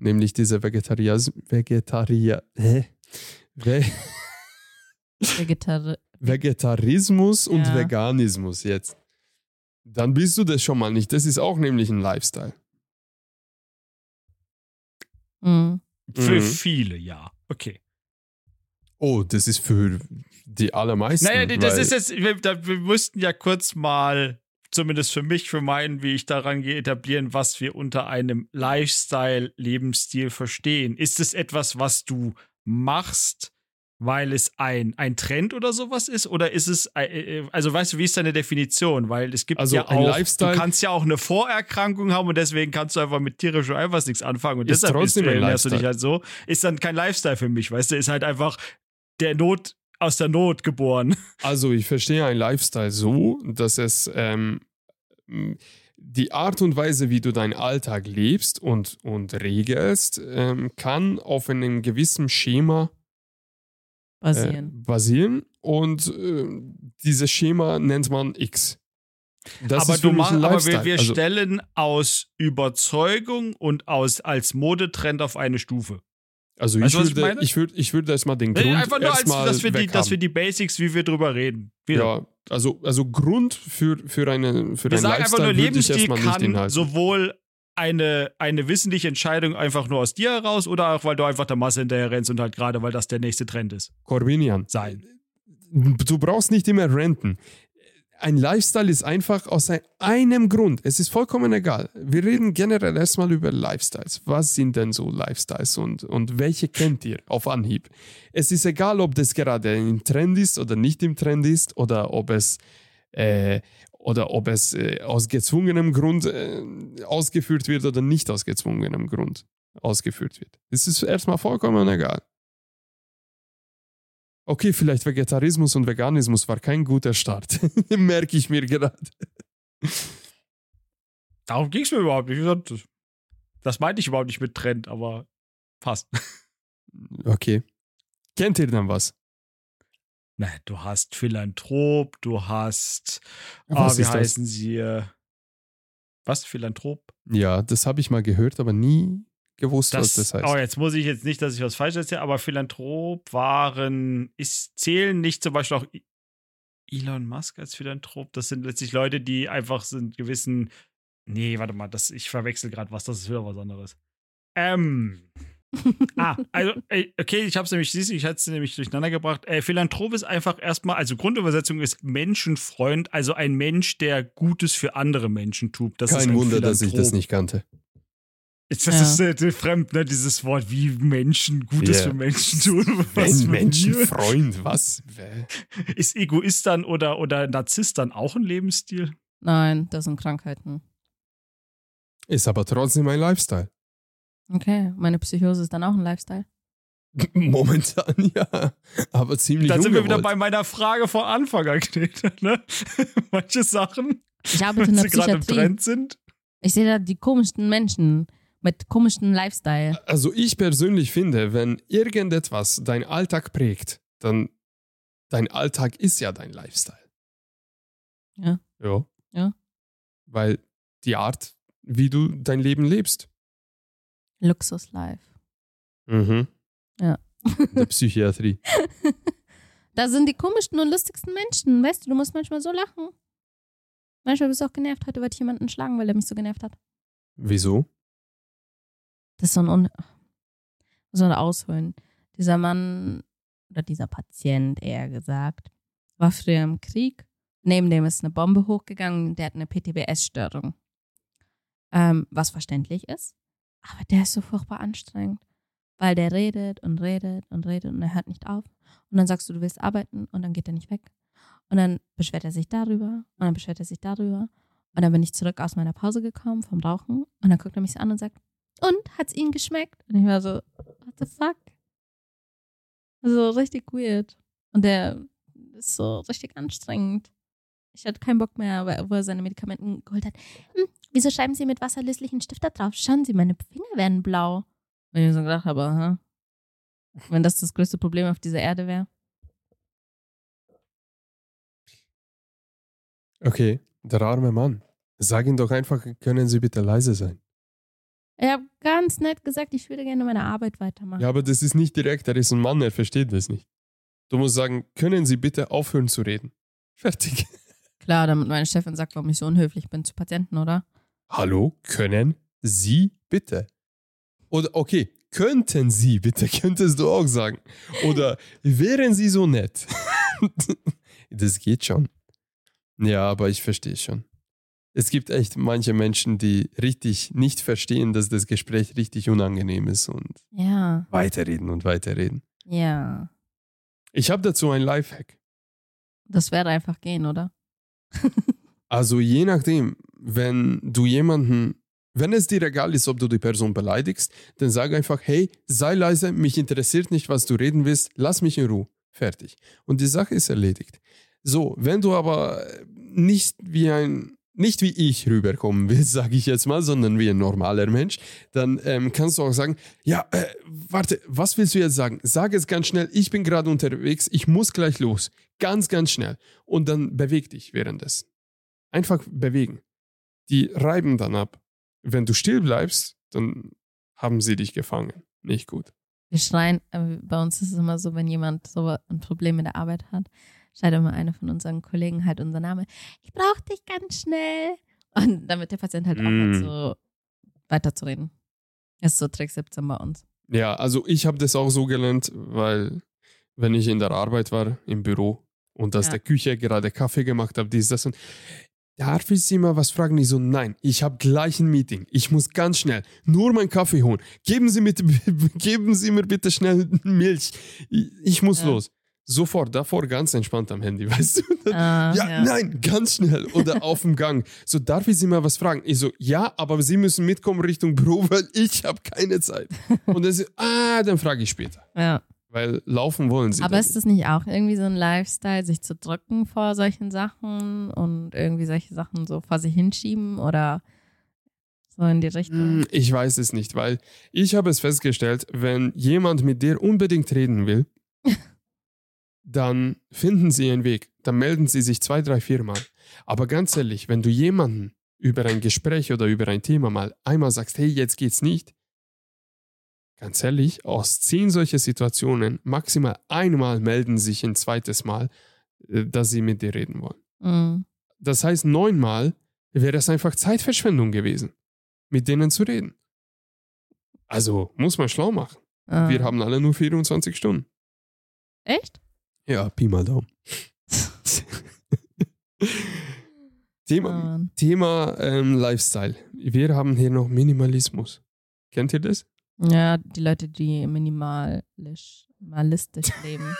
S1: Nämlich dieser Vegetarias Vegetarier. Hä? Ve
S3: Vegetari
S1: Vegetarismus und
S3: Ja.
S1: Veganismus jetzt. Dann bist du das schon mal nicht. Das ist auch nämlich ein Lifestyle.
S3: mhm.
S2: Für
S1: Mhm.
S2: viele, ja. Okay.
S1: Oh, das ist für die allermeisten.
S2: Naja, nee, das
S1: weil-
S2: ist jetzt, wir, da, wir müssten ja kurz mal, zumindest für mich, für meinen, wie ich daran gehe, etablieren, was wir unter einem Lifestyle, Lebensstil verstehen. Ist es etwas, was du machst, weil es ein, ein Trend oder sowas ist? Oder ist es, äh, äh, also weißt du, wie ist deine Definition? Weil es gibt
S1: Also
S2: ja
S1: ein
S2: auch,
S1: Lifestyle-
S2: du kannst ja auch eine Vorerkrankung haben und deswegen kannst du einfach mit tierischem Eiweiß nichts anfangen und
S1: Ist
S2: deshalb
S1: trotzdem ein
S2: ernährst du dich
S1: Lifestyle.
S2: halt so. Ist dann kein Lifestyle für mich, weißt du, ist halt einfach der Not, aus der Not geboren.
S1: Also ich verstehe einen Lifestyle so, dass es ähm, die Art und Weise, wie du deinen Alltag lebst und, und regelst, ähm, kann auf einem gewissen Schema äh, äh,
S3: Basieren.
S1: basieren. Und äh, dieses Schema nennt man X. Das
S2: aber
S1: ist für
S2: du
S1: mich
S2: machst,
S1: ein
S2: aber wir,
S1: Lifestyle.
S2: wir
S1: also,
S2: stellen aus Überzeugung und aus als Modetrend auf eine Stufe.
S1: also ich,
S2: Weißt du, was ich
S1: würde,
S2: meine?
S1: ich, würde, ich würde erstmal den
S2: Nee,
S1: Grund
S2: einfach nur, als,
S1: erstmal
S2: dass, wir die,
S1: weg
S2: dass wir
S1: haben.
S2: die Basics, wie wir drüber reden. Wieder.
S1: ja, also, also Grund für, für, eine, für
S2: wir
S1: einen
S2: sagen einfach
S1: Lifestyle
S2: nur,
S1: würde ich
S2: Lebensstil
S1: erstmal nicht
S2: kann
S1: inhalten.
S2: sowohl eine, eine wissentliche Entscheidung einfach nur aus dir heraus oder auch, weil du einfach der Masse hinterher rennst und halt gerade, weil das der nächste Trend ist.
S1: Corbinian,
S2: Sein.
S1: du brauchst nicht immer renten. Ein Lifestyle ist einfach aus ein- einem Grund. Es ist vollkommen egal. Wir reden generell erstmal über Lifestyles. Was sind denn so Lifestyles und, und welche kennt ihr auf Anhieb? Es ist egal, ob das gerade im Trend ist oder nicht im Trend ist oder ob es, äh, oder ob es äh, aus gezwungenem Grund äh, ausgeführt wird oder nicht aus gezwungenem Grund ausgeführt wird. Es ist erstmal vollkommen egal. Okay, vielleicht Vegetarismus und Veganismus war kein guter Start. Merke ich mir gerade.
S2: Darum ging es mir überhaupt nicht. Wie gesagt, das- Das meinte ich überhaupt nicht mit Trend, aber passt.
S1: Okay. Kennt ihr denn was?
S2: Na, du hast Philanthrop, du hast,
S1: Was
S2: ah, wie
S1: ist das?
S2: heißen sie? äh, Was? Philanthrop?
S1: Ja, das habe ich mal gehört, aber nie gewusst, was das heißt.
S2: Oh, jetzt muss ich jetzt nicht, dass ich was falsch erzähle, aber Philanthrop waren, ist, zählen nicht zum Beispiel auch I- Elon Musk als Philanthrop. Das sind letztlich Leute, die einfach sind gewissen. Nee, warte mal, das, ich verwechsel gerade was, das ist wieder was anderes. Ähm. ah, also, ey, okay, ich hab's nämlich, siehst du, ich hatte es nämlich durcheinander gebracht. Äh, Philanthrop ist einfach erstmal, also Grundübersetzung ist Menschenfreund, also ein Mensch, der Gutes für andere Menschen tut. Das ist
S1: kein
S2: ein
S1: Wunder, dass ich das
S2: Philanthrop.
S1: nicht kannte.
S2: Jetzt, Das
S3: Ja.
S2: ist äh, d- fremd, ne? Dieses Wort, wie Menschen Gutes
S1: Ja.
S2: für Menschen tun.
S1: Ein
S2: für mir?
S1: Menschenfreund, was? Wer-
S2: Ist Egoistern oder, oder Narzisstern auch ein Lebensstil?
S3: Nein, das sind Krankheiten.
S1: Ist aber trotzdem ein Lifestyle.
S3: Okay, meine Psychose ist dann auch ein Lifestyle.
S1: Momentan ja, aber ziemlich
S2: Dann sind wir wieder
S1: ungewollt.
S2: bei meiner Frage vor Anfang angeklebt, ne? Manche Sachen,
S3: Ich arbeite
S2: wenn
S3: in der
S2: sie gerade im
S3: Psychiatrie.
S2: Trend sind.
S3: Ich sehe da die komischsten Menschen mit komischem Lifestyle.
S1: Also ich persönlich finde, wenn irgendetwas deinen Alltag prägt, dann dein Alltag ist ja dein Lifestyle.
S3: Ja.
S1: Ja.
S3: Ja.
S1: Weil die Art, wie du dein Leben lebst.
S3: Luxus-Life.
S1: Mhm.
S3: Ja.
S1: Der Psychiatrie.
S3: Da sind die komischsten und lustigsten Menschen. Weißt du, du musst manchmal so lachen. Manchmal bist du auch genervt. Heute wollte ich jemanden schlagen, weil er mich so genervt hat.
S1: Wieso?
S3: Das ist so ein, Un so ein Ausholen. Dieser Mann, oder dieser Patient eher gesagt, war früher im Krieg. Neben dem ist eine Bombe hochgegangen. Der hat eine PTBS-Störung. Ähm, was verständlich ist. Aber der ist so furchtbar anstrengend. Weil der redet und redet und redet und er hört nicht auf. Und dann sagst du, du willst arbeiten und dann geht er nicht weg. Und dann beschwert er sich darüber und dann beschwert er sich darüber. Und dann bin ich zurück aus meiner Pause gekommen vom Rauchen und dann guckt er mich so an und sagt, und hat's ihnen geschmeckt? Und ich war so, what the fuck? Also richtig weird. Und der ist so richtig anstrengend. Ich hatte keinen Bock mehr, weil- wo er seine Medikamenten geholt hat. Hm, wieso schreiben Sie mit wasserlöslichen Stift da drauf? Schauen Sie, meine Finger werden blau. Wenn ich mir so gedacht habe, aha. Wenn das das größte Problem auf dieser Erde wäre.
S1: Okay, der arme Mann. Sag ihm doch einfach, können Sie bitte leise sein.
S3: Ich habe ganz nett gesagt, ich würde gerne meine Arbeit weitermachen.
S1: Ja, aber das ist nicht direkt, er ist ein Mann, er versteht das nicht. Du musst sagen, können Sie bitte aufhören zu reden. Fertig.
S3: Klar, damit meine Chefin sagt, warum ich so unhöflich bin zu Patienten, oder?
S1: Hallo, können Sie bitte? Oder okay, könnten Sie bitte, könntest du auch sagen. Oder wären Sie so nett? das geht schon. Ja, aber ich verstehe schon. Es gibt echt manche Menschen, die richtig nicht verstehen, dass das Gespräch richtig unangenehm ist und
S3: Ja,
S1: weiterreden und weiterreden.
S3: ja.
S1: Ich habe dazu ein Lifehack.
S3: Das wäre einfach gehen, oder?
S1: Also je nachdem, wenn du jemanden, wenn es dir egal ist, ob du die Person beleidigst, dann sag einfach, hey, sei leise, mich interessiert nicht, was du reden willst, lass mich in Ruhe. Fertig. Und die Sache ist erledigt. So, wenn du aber nicht wie ein, nicht wie ich rüberkommen willst, sage ich jetzt mal, sondern wie ein normaler Mensch, dann ähm, kannst du auch sagen, ja, äh, warte, was willst du jetzt sagen? Sag es ganz schnell, ich bin gerade unterwegs, ich muss gleich los. Ganz, ganz schnell. Und dann beweg dich währenddessen. Einfach bewegen. Die reiben dann ab. Wenn du still bleibst, dann haben sie dich gefangen. Nicht gut.
S3: Wir schreien, äh, bei uns ist es immer so, wenn jemand so ein Problem mit der Arbeit hat, schreit immer einer von unseren Kollegen halt unser Name, ich brauche dich ganz schnell. Und damit der Patient halt
S1: Mm.
S3: aufhört, so weiterzureden. Das ist so Trick 17 bei uns.
S1: Ja, also ich habe das auch so gelernt, weil wenn ich in der Arbeit war, im Büro und aus
S3: Ja.
S1: der Küche gerade Kaffee gemacht habe, dies, das und darf ich Sie mal was fragen? Ich so, nein, ich habe gleich ein Meeting. Ich muss ganz schnell nur meinen Kaffee holen. Geben Sie, mit, geben Sie mir bitte schnell Milch. Ich, ich muss
S3: Ja.
S1: los. Sofort, davor ganz entspannt am Handy, weißt du?
S3: Äh,
S1: Ja, nein, ganz schnell. Oder auf dem Gang. So, darf ich Sie mal was fragen? Ich so, ja, aber Sie müssen mitkommen Richtung Büro, weil ich habe keine Zeit. Und dann so, ah, dann frage ich später.
S3: ja.
S1: Weil laufen wollen Sie.
S3: Aber
S1: dann
S3: ist das nicht auch irgendwie so ein Lifestyle, sich zu drücken vor solchen Sachen und irgendwie solche Sachen so vor sich hinschieben oder so in die Richtung?
S1: nicht. Hm, Ich weiß es nicht, weil ich habe es festgestellt, wenn jemand mit dir unbedingt reden will, dann finden sie ihren Weg. Dann melden sie sich zwei, drei, viermal. Aber ganz ehrlich, wenn du jemanden über ein Gespräch oder über ein Thema mal einmal sagst, hey, jetzt geht's nicht, ganz ehrlich, aus zehn solcher Situationen maximal einmal melden sich ein zweites Mal, äh, dass sie mit dir reden wollen.
S3: Mhm.
S1: Das heißt, neunmal wäre es einfach Zeitverschwendung gewesen, mit denen zu reden. Also muss man schlau machen.
S3: Äh,
S1: Wir haben alle nur 24 Stunden.
S3: Echt?
S1: Ja, Pi mal Daumen. Thema,
S3: Ah, Mann.
S1: Thema ähm, Lifestyle. Wir haben hier noch Minimalismus. Kennt ihr das?
S3: Ja, die Leute, die minimalisch, minimalistisch leben.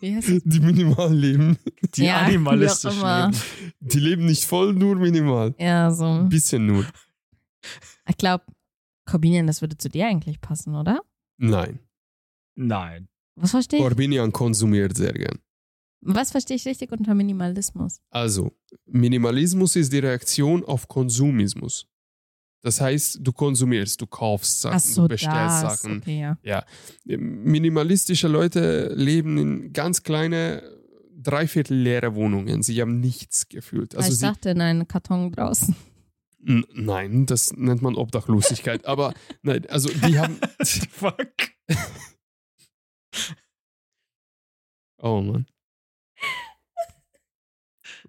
S3: Wie heißt das?
S1: Die minimal leben.
S2: Die
S3: Ja,
S2: animalistisch
S3: wie auch immer.
S2: leben.
S1: Die leben nicht voll, nur minimal.
S3: Ja, so.
S1: Ein bisschen nur.
S3: Ich glaube, Corbinian, das würde zu dir eigentlich passen, oder?
S1: Nein.
S2: Nein.
S3: Was verstehe ich?
S1: Corbinian konsumiert sehr gern.
S3: Was verstehe ich richtig unter Minimalismus?
S1: Also, Minimalismus ist die Reaktion auf Konsumismus. Das heißt, du konsumierst, du kaufst Sachen,
S3: Ach so,
S1: du bestellst
S3: das.
S1: Sachen.
S3: Okay, ja.
S1: Minimalistische Leute leben in ganz kleine, dreiviertel leere Wohnungen. Sie haben nichts gefühlt. Also
S3: Ah, ich
S1: sie,
S3: dachte, in einen Karton draußen.
S1: N- nein, das nennt man Obdachlosigkeit. aber nein, also die haben.
S2: Fuck.
S1: Oh Mann.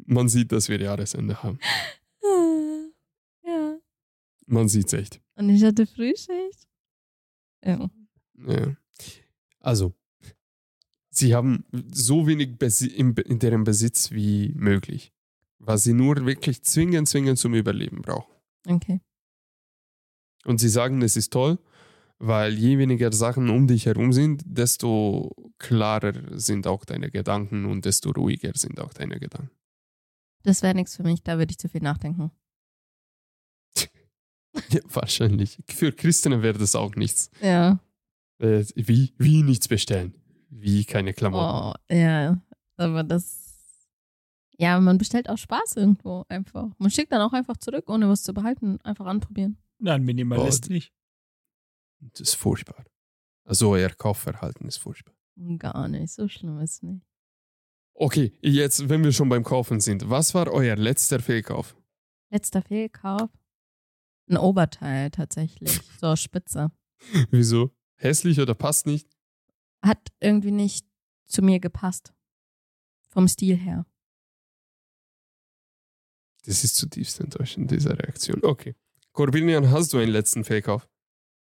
S1: Man sieht, dass wir Jahresende haben.
S3: ja.
S1: Man sieht's echt.
S3: Und ich hatte Frühschicht. Ja.
S1: Ja. Also, sie haben so wenig Besi in, in deren Besitz wie möglich, was sie nur wirklich zwingend, zwingend zum Überleben brauchen.
S3: Okay.
S1: Und sie sagen, es ist toll, weil je weniger Sachen um dich herum sind, desto klarer sind auch deine Gedanken und desto ruhiger sind auch deine Gedanken.
S3: Das wäre nichts für mich, da würde ich zu viel nachdenken.
S1: Ja, wahrscheinlich. Für Christinnen wäre das auch nichts.
S3: Ja.
S1: Äh, wie, wie nichts bestellen. Wie keine Klamotten.
S3: Oh, ja. Aber das. Ja, man bestellt auch Spaß irgendwo einfach. Man schickt dann auch einfach zurück, ohne was zu behalten. Einfach anprobieren.
S2: Nein, Minimalist
S1: Gott.
S2: nicht.
S1: Das ist furchtbar. Also euer Kaufverhalten ist furchtbar.
S3: Gar nicht. So schlimm ist nicht.
S1: Okay, jetzt, wenn wir schon beim Kaufen sind, was war euer letzter Fehlkauf?
S3: Letzter Fehlkauf. Ein Oberteil tatsächlich. So spitze.
S1: Wieso? Hässlich oder passt nicht?
S3: Hat irgendwie nicht zu mir gepasst. Vom Stil her.
S1: Das ist zutiefst enttäuschend, diese Reaktion. Okay. Corbinian, hast du einen letzten Fehlkauf?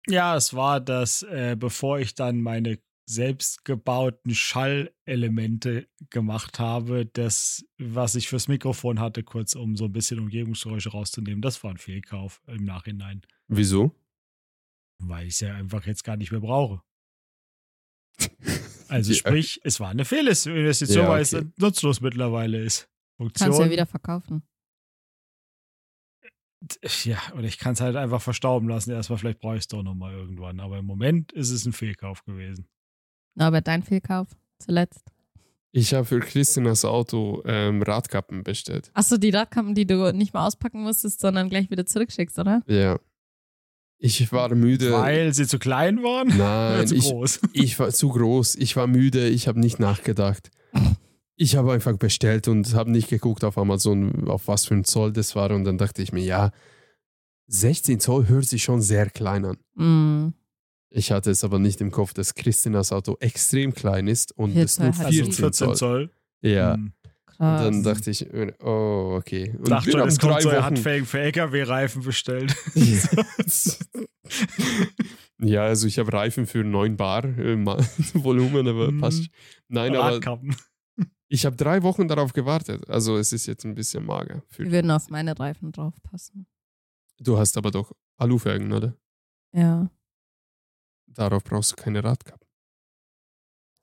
S2: Ja, es war das, äh, bevor ich dann meine selbstgebauten Schallelemente gemacht habe, das, was ich fürs Mikrofon hatte, kurz um so ein bisschen Umgebungsgeräusche rauszunehmen, das war ein Fehlkauf im Nachhinein,
S1: Wieso?
S2: weil ich es ja einfach jetzt gar nicht mehr brauche. Also
S1: Ja.
S2: sprich, es war eine Fehlinvestition,
S1: Ja,
S2: weil es
S1: okay.
S2: nutzlos mittlerweile ist. Funktion.
S3: Kannst du ja wieder verkaufen.
S2: Ja, oder ich kann es halt einfach verstauben lassen. Erstmal, vielleicht brauche ich es doch nochmal irgendwann. Aber im Moment ist es ein Fehlkauf gewesen.
S3: Aber dein Fehlkauf zuletzt.
S1: Ich habe für Christinas Auto ähm, Radkappen bestellt.
S3: Achso, die Radkappen, die du nicht mal auspacken musstest, sondern gleich wieder zurückschickst, oder?
S1: Ja. Ich war müde.
S2: Weil sie zu klein waren?
S1: Äh, Nein,
S2: oder zu
S1: ich,
S2: groß?
S1: ich war zu groß. Ich war müde. Ich habe nicht nachgedacht. Ich habe einfach bestellt und habe nicht geguckt auf Amazon, auf was für ein Zoll das war. Und dann dachte ich mir, ja, 16 Zoll hört sich schon sehr klein an.
S3: Mm.
S1: Ich hatte es aber nicht im Kopf, dass Christinas Auto extrem klein ist und
S3: Jetzt
S1: es nur
S3: halt
S1: 14
S2: Also
S1: Zoll.
S2: 14 Zoll.
S1: Ja, und
S2: Hm.
S3: Krass.
S1: dann dachte ich, oh, okay. Und
S2: Dachte
S1: wir
S2: schon,
S1: haben
S2: es kommt
S1: drei
S2: so ein
S1: Wochen.
S2: Handfähigen für LKW-Reifen bestellt.
S1: ja, also ich habe Reifen für 9 Bar äh, mal- Volumen, aber
S2: Mhm.
S1: passt. Nein, aber
S2: Radkappen.
S1: ich habe drei Wochen darauf gewartet. Also es ist jetzt ein bisschen mager.
S3: Die
S1: Für,
S3: würden auf meine Reifen draufpassen.
S1: du hast aber doch Alufelgen, oder?
S3: Ja.
S1: Darauf brauchst du keine Radkappen.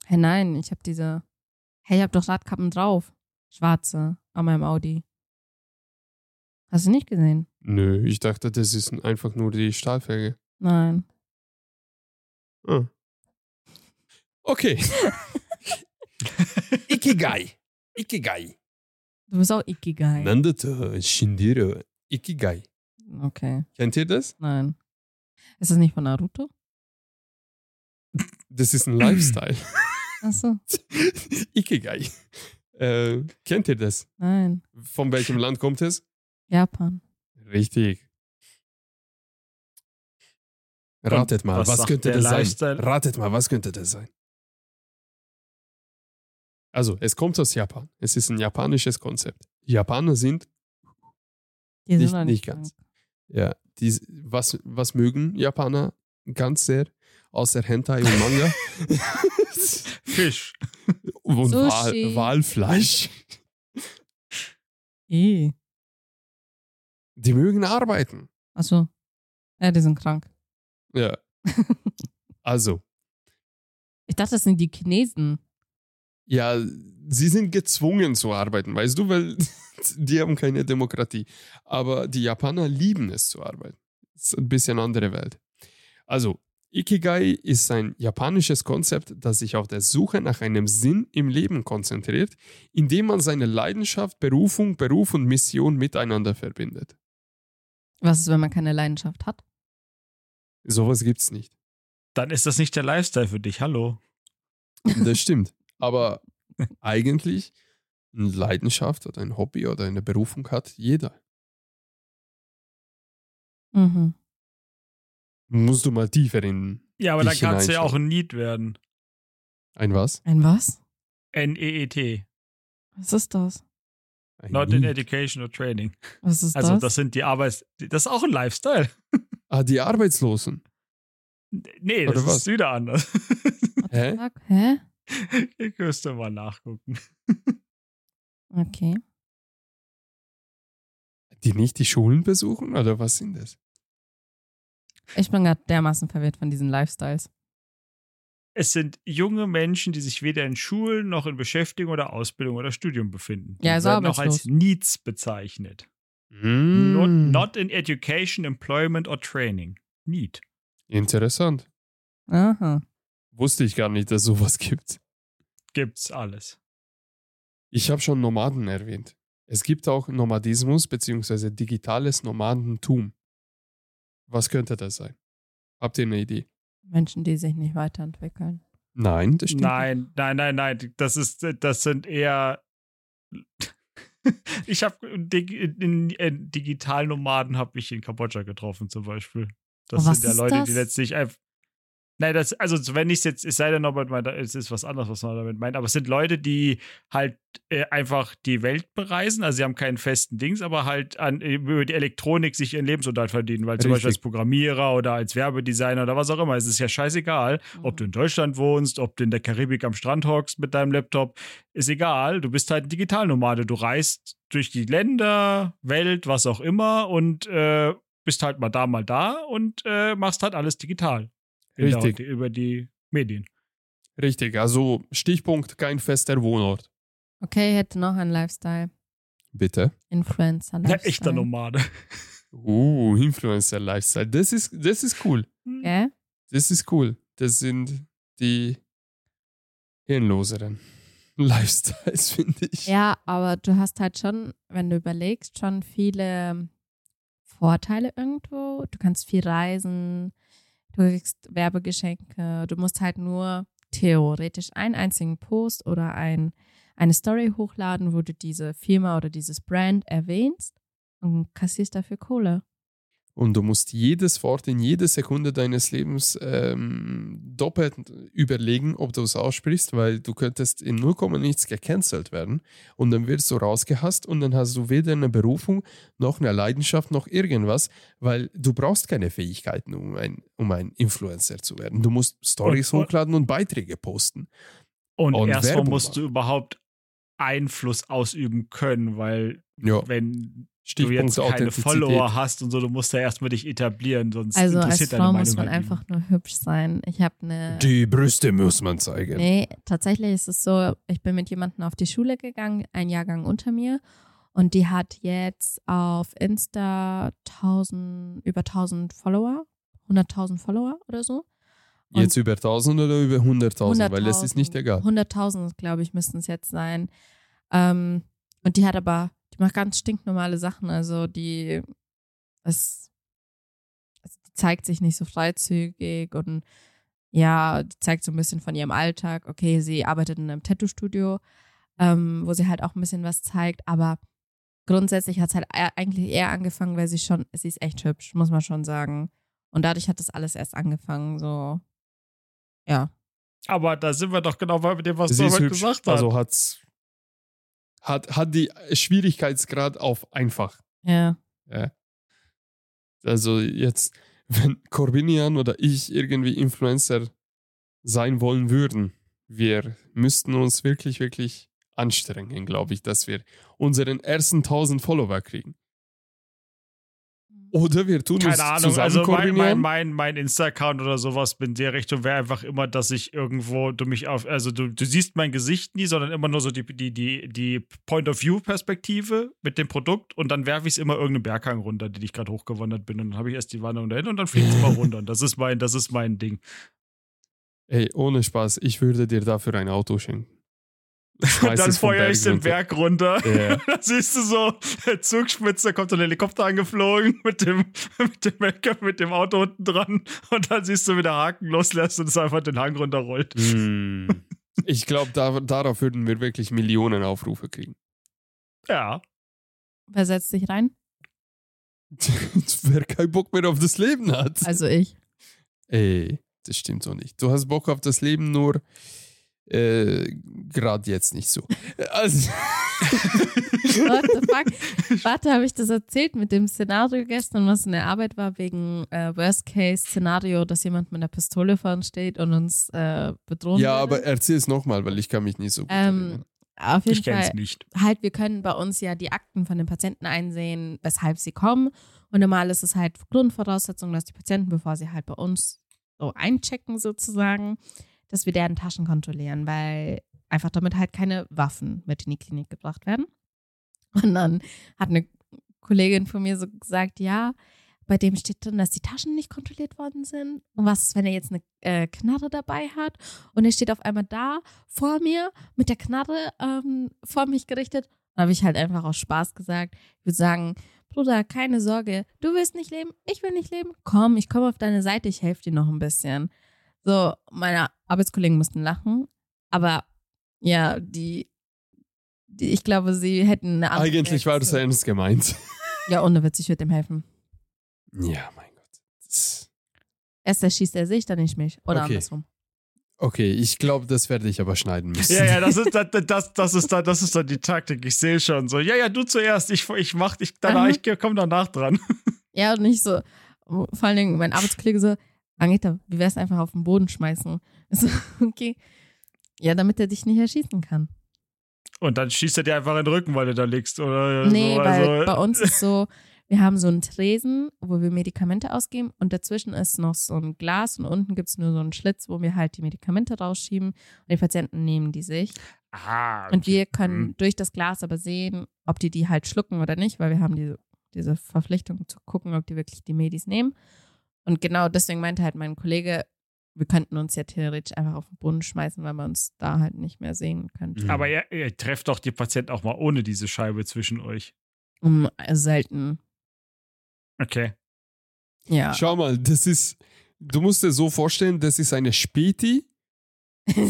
S3: Hey, nein, ich habe diese. Hey, ich habe doch Radkappen drauf. Schwarze an meinem Audi. Hast du nicht gesehen?
S1: Nö, ich dachte, das ist einfach nur die Stahlfelge.
S3: Nein.
S1: Ah. Okay. Ikigai. Ikigai.
S3: Du bist auch Ikigai.
S1: Nandato Shindiro Ikigai.
S3: Okay,
S1: Kennt ihr das?
S3: nein. Ist das nicht von Naruto?
S1: Das ist ein Lifestyle.
S3: Achso,
S1: Ikigai. Äh, kennt ihr das?
S3: nein.
S1: Von welchem Land kommt es?
S3: Japan.
S1: Richtig. Ratet mal,
S2: was
S1: was,
S2: sagt
S1: könnte
S2: der
S1: das sein?
S2: Lifestyle?
S1: Ratet mal, was könnte das sein? Also, es kommt aus Japan. Es ist ein japanisches Konzept. Japaner sind,
S3: Die sind
S1: Nicht-
S3: doch
S1: nicht ganz. ja, die, was, was mögen Japaner ganz sehr? Außer Hentai und Manga.
S2: Fisch.
S1: und
S3: Sushi.
S1: Wal, Walfleisch.
S3: Eh.
S1: Die mögen arbeiten.
S3: Achso. Ja, die sind krank.
S1: Ja. Also,
S3: Ich dachte, das sind die Chinesen.
S1: ja, sie sind gezwungen zu arbeiten, weißt du, weil die haben keine Demokratie. Aber die Japaner lieben es zu arbeiten. ist ein bisschen andere Welt. Also, Ikigai ist ein japanisches Konzept, das sich auf der Suche nach einem Sinn im Leben konzentriert, indem man seine Leidenschaft, Berufung, Beruf und Mission miteinander verbindet.
S3: Was ist, wenn man keine Leidenschaft hat?
S1: Sowas gibt's nicht.
S2: Dann ist das nicht der Lifestyle für dich. Hallo.
S1: Das stimmt. Aber eigentlich eine Leidenschaft oder ein Hobby oder eine Berufung hat jeder.
S3: Mhm.
S1: Musst du mal tiefer in
S2: Ja, aber
S1: Dich
S2: dann kannst du ja auch
S1: hineinschauen.
S2: ein Need werden.
S1: ein was?
S3: Ein was?
S2: NEET.
S3: Was ist das?
S1: Ein
S2: E Not in
S1: Lied.
S2: Education or Training.
S3: Was ist
S2: Also,
S3: das?
S2: das sind die Arbeits. Das ist auch ein Lifestyle.
S1: ah, die Arbeitslosen.
S2: Nee, das
S1: Oder was?
S2: ist wieder anders.
S1: Hä?
S3: Fuck, Hä?
S2: Ich müsste mal nachgucken.
S3: Okay.
S1: Die nicht die Schulen besuchen oder was sind das?
S3: Ich bin gerade dermaßen verwirrt von diesen Lifestyles.
S2: Es sind junge Menschen, die sich weder in Schulen noch in Beschäftigung oder Ausbildung oder Studium befinden. Die
S3: Ja, ist
S2: werden auch als
S3: arbeitslos.
S2: Needs bezeichnet. Not,
S1: Mm.
S2: not in Education, Employment or Training. Need.
S1: Interessant.
S3: Aha.
S1: Wusste ich gar nicht, dass sowas gibt.
S2: Gibt's alles.
S1: Ich habe schon Nomaden erwähnt. Es gibt auch Nomadismus bzw. digitales Nomadentum. Was könnte das sein? Habt ihr eine Idee?
S3: Menschen, die sich nicht weiterentwickeln.
S1: Nein, das stimmt.
S2: Nein, nein, nein, nein. Das ist, das sind eher. Ich habe in Digitalnomaden habe ich in Kambodscha getroffen zum Beispiel. Das
S3: Aber was
S2: sind ja
S3: ist
S2: Leute, die
S3: das?
S2: letztlich einfach. Nein, das, also wenn ich es jetzt, es sei denn, Norbert meint, es ist was anderes, was man damit meint, aber es sind Leute, die halt äh, einfach die Welt bereisen, also sie haben keinen festen Dings, aber halt an, über die Elektronik sich ihren Lebensunterhalt verdienen, weil zum
S1: Richtig.
S2: Beispiel als Programmierer oder als Werbedesigner oder was auch immer, es ist ja scheißegal, ob
S3: Mhm.
S2: du in Deutschland wohnst, ob du in der Karibik am Strand hockst mit deinem Laptop, ist egal. Du bist halt ein Digitalnomade. Du reist durch die Länder, Welt, was auch immer und äh, bist halt mal da, mal da und äh, machst halt alles digital. In der-
S1: Richtig.
S2: über die Medien.
S1: Richtig, also Stichpunkt kein fester Wohnort.
S3: Okay, ich hätte noch einen Lifestyle.
S1: Bitte.
S3: Influencer
S2: Ein
S3: Lifestyle.
S2: echter Nomade.
S1: Uh, Influencer Lifestyle. Das ist, das ist cool.
S3: Gell?
S1: Das ist cool. Das sind die hirnloseren Lifestyles, finde ich.
S3: Ja, aber du hast halt schon, wenn du überlegst, schon viele Vorteile irgendwo. Du kannst viel reisen, du kriegst Werbegeschenke, du musst halt nur theoretisch einen einzigen Post oder ein, eine Story hochladen, wo du diese Firma oder dieses Brand erwähnst und kassierst dafür Kohle.
S1: Und du musst jedes Wort in jeder Sekunde deines Lebens ähm, doppelt überlegen, ob du es aussprichst, weil du könntest in 0, nichts gecancelt werden und dann wirst du rausgehasst und dann hast du weder eine Berufung noch eine Leidenschaft noch irgendwas, weil du brauchst keine Fähigkeiten, um ein, um ein Influencer zu werden. Du musst Stories
S2: Und- und-
S1: hochladen und Beiträge posten.
S2: Und,
S1: Und
S2: erstmal
S1: Werbung
S2: musst du überhaupt Einfluss ausüben können, weil
S1: Ja,
S2: wenn du
S1: Stichpunkt
S2: jetzt keine
S1: Authentizität.
S2: Follower hast und so, du musst ja erstmal dich etablieren, sonst
S3: Also als
S2: interessiert
S3: Frau
S2: deine
S3: muss
S2: Meinung
S3: man
S2: halt
S3: einfach nur hübsch sein. Ich habe eine
S1: Die Brüste muss man zeigen.
S3: Nee, tatsächlich ist es so, ich bin mit jemandem auf die Schule gegangen, ein Jahrgang unter mir. Und die hat jetzt auf Insta 1000, über 1000 Follower, 100.000 Follower oder so. Und-
S1: Jetzt über 1000 oder über 100.000, weil es ist nicht
S3: 100.000.
S1: egal.
S3: 100.000, glaube ich, müssten es jetzt sein. Ähm, und die hat aber, die macht ganz stinknormale Sachen. Also die, es, also die zeigt sich nicht so freizügig und ja, die zeigt so ein bisschen von ihrem Alltag. Okay, sie arbeitet in einem Tattoo-Studio, ähm, wo sie halt auch ein bisschen was zeigt, aber grundsätzlich hat es halt eher- eigentlich eher angefangen, weil sie schon, sie ist echt hübsch, muss man schon sagen. Und dadurch hat das alles erst angefangen, so, ja.
S2: Aber da sind wir doch genau bei dem, was
S1: Sie
S2: du
S1: ist
S2: heute
S1: hübsch.
S2: gesagt hast.
S1: Also hat's, hat, hat die Schwierigkeitsgrad auf einfach.
S3: Ja.
S1: Also jetzt, wenn Corbinian oder ich irgendwie Influencer sein wollen würden, wir müssten uns wirklich, wirklich anstrengen, glaube ich, dass wir unseren ersten 1000 Follower kriegen. Oder wir tun uns
S2: Mhm. keine Ahnung,
S1: zusammen
S2: also mein, mein,
S1: Corbinian.
S2: mein, mein Insta-Account oder sowas in der Richtung wäre einfach immer, dass ich irgendwo, du mich auf, also du, du siehst mein Gesicht nie, sondern immer nur so die, die, die, die Point-of-View-Perspektive mit dem Produkt und dann werfe ich es immer irgendeinen Berghang runter, den ich gerade hochgewandert bin und dann habe ich erst die Wanderung dahin und dann fliegt es immer runter. Und das ist mein, das ist mein Ding.
S1: Ey, ohne Spaß, ich würde dir dafür ein Auto schenken.
S2: Und
S1: Schmeiß
S2: dann
S1: es vom
S2: feuere ich den
S1: runter.
S2: Berg runter.
S1: Ja.
S2: Da siehst du so, der Zugspitze, da kommt so ein Helikopter angeflogen mit dem, mit dem LKW, mit dem Auto unten dran und dann siehst du, wie der Haken loslässt und es einfach den Hang runterrollt. Mm.
S1: Hm. Ich glaube, da, darauf würden wir wirklich Millionen Aufrufe kriegen.
S2: Ja.
S3: Wer setzt sich rein?
S1: Wer keinen Bock mehr auf das Leben hat.
S3: Also ich.
S1: Ey, das stimmt so nicht. Du hast Bock auf das Leben, nur äh, gerade jetzt nicht so. Also,
S3: What the fuck? Warte, habe ich das erzählt mit dem Szenario gestern, was in der Arbeit war, wegen äh, Worst-Case-Szenario, dass jemand mit einer Pistole vor uns steht und uns äh, bedrohen
S1: ja, aber
S3: würde?
S1: erzähl es nochmal, weil ich kann mich nicht so gut
S3: Ähm,
S1: erinnern.
S3: Auf jeden
S2: Ich kenne
S3: Fall
S2: es nicht.
S3: halt, wir können bei uns ja die Akten von den Patienten einsehen, weshalb sie kommen. Und normal ist es halt Grundvoraussetzung, dass die Patienten, bevor sie halt bei uns so einchecken sozusagen, dass wir deren Taschen kontrollieren, weil einfach damit halt keine Waffen mit in die Klinik gebracht werden. Und dann hat eine Kollegin von mir so gesagt, ja, bei dem steht drin, dass die Taschen nicht kontrolliert worden sind. Und was ist, wenn er jetzt eine äh, Knarre dabei hat? Und er steht auf einmal da vor mir mit der Knarre ähm, vor mich gerichtet. Da habe ich halt einfach aus Spaß gesagt. Ich würde sagen, Bruder, keine Sorge, du willst nicht leben, ich will nicht leben. Komm, ich komme auf deine Seite, ich helfe dir noch ein bisschen. So, meine Arbeitskollegen mussten lachen, aber ja, die, die ich glaube, sie hätten eine andere
S1: Eigentlich war das
S3: Reaktion.
S1: ernst gemeint.
S3: Ja, ohne Witz, ich würde dem helfen.
S1: Ja, mein Gott. Das-
S3: Erst erschießt er sich, dann ich mich. Oder
S1: Okay.
S3: andersrum.
S1: Okay, ich glaube, das werde ich aber schneiden müssen.
S2: Ja, ja, das ist, das, das, das ist, dann, das ist dann die Taktik. Ich sehe schon so. Ja, ja, du zuerst. Ich, ich mach, ich, danach,
S3: Aha.
S2: ich komme danach dran.
S3: Ja, und nicht so, vor allen Dingen mein Arbeitskollege so, Anita, wie wär's einfach auf den Boden schmeißen? Ich So, okay. Ja, damit er dich nicht erschießen kann.
S2: Und dann schießt er dir einfach in den Rücken, weil du da liegst. Oder
S3: nee,
S2: so.
S3: weil
S2: Also,
S3: bei uns ist so, wir haben so einen Tresen, wo wir Medikamente ausgeben und dazwischen ist noch so ein Glas und unten gibt's nur so einen Schlitz, wo wir halt die Medikamente rausschieben und die Patienten nehmen die sich.
S2: ah,
S3: Und wir
S2: Mhm.
S3: können durch das Glas aber sehen, ob die die halt schlucken oder nicht, weil wir haben diese, diese Verpflichtung zu gucken, ob die wirklich die Medis nehmen. Und genau deswegen meinte halt mein Kollege, wir könnten uns ja theoretisch einfach auf den Boden schmeißen, weil man uns da halt nicht mehr sehen könnte.
S1: Mhm.
S2: Aber ihr, ihr trefft doch die Patienten auch mal ohne diese Scheibe zwischen euch.
S3: Um, äh, selten.
S2: Okay.
S3: Ja.
S1: Schau mal, das ist, du musst dir so vorstellen, das ist eine Späti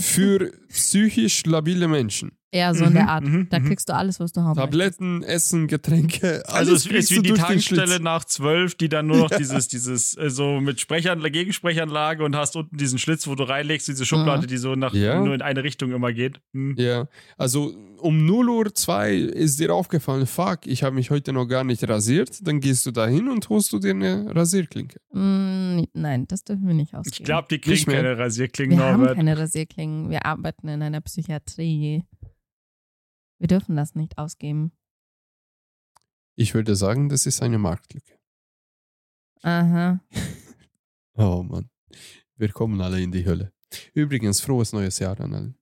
S1: für psychisch labile Menschen.
S3: Ja, so in der
S2: Mhm,
S3: Art.
S2: mhm,
S3: Da
S2: mhm.
S3: kriegst du alles, was du haben möchtest.
S1: Tabletten, Essen, Getränke,
S2: Also
S1: alles
S2: es ist
S1: kriegst
S2: wie
S1: du
S2: die
S1: durch den
S2: Tankstelle
S1: Schlitz.
S2: nach zwölf, die dann nur noch dieses, dieses, äh, so mit Sprechern, Gegensprechanlage und hast unten diesen Schlitz, wo du reinlegst, diese Schublade,
S3: Mhm.
S2: die so nach
S1: Ja.
S2: nur in eine Richtung immer geht. Hm.
S1: Ja, also um 0 Uhr 2 ist dir aufgefallen, fuck, ich habe mich heute noch gar nicht rasiert. Dann gehst du da hin und holst du dir eine Rasierklinke.
S3: Mm, nein, das dürfen wir nicht ausgeben.
S2: Ich glaube, die
S1: Nicht
S2: kriegen
S1: mehr.
S2: keine Rasierklingen,
S3: wir haben
S2: Norbert.
S3: keine Rasierklingen. Wir arbeiten in einer Psychiatrie. Wir dürfen das nicht ausgeben.
S1: Ich würde sagen, das ist eine Marktlücke.
S3: Aha.
S1: Oh Mann. Wir kommen alle in die Hölle. Übrigens, frohes neues Jahr an alle.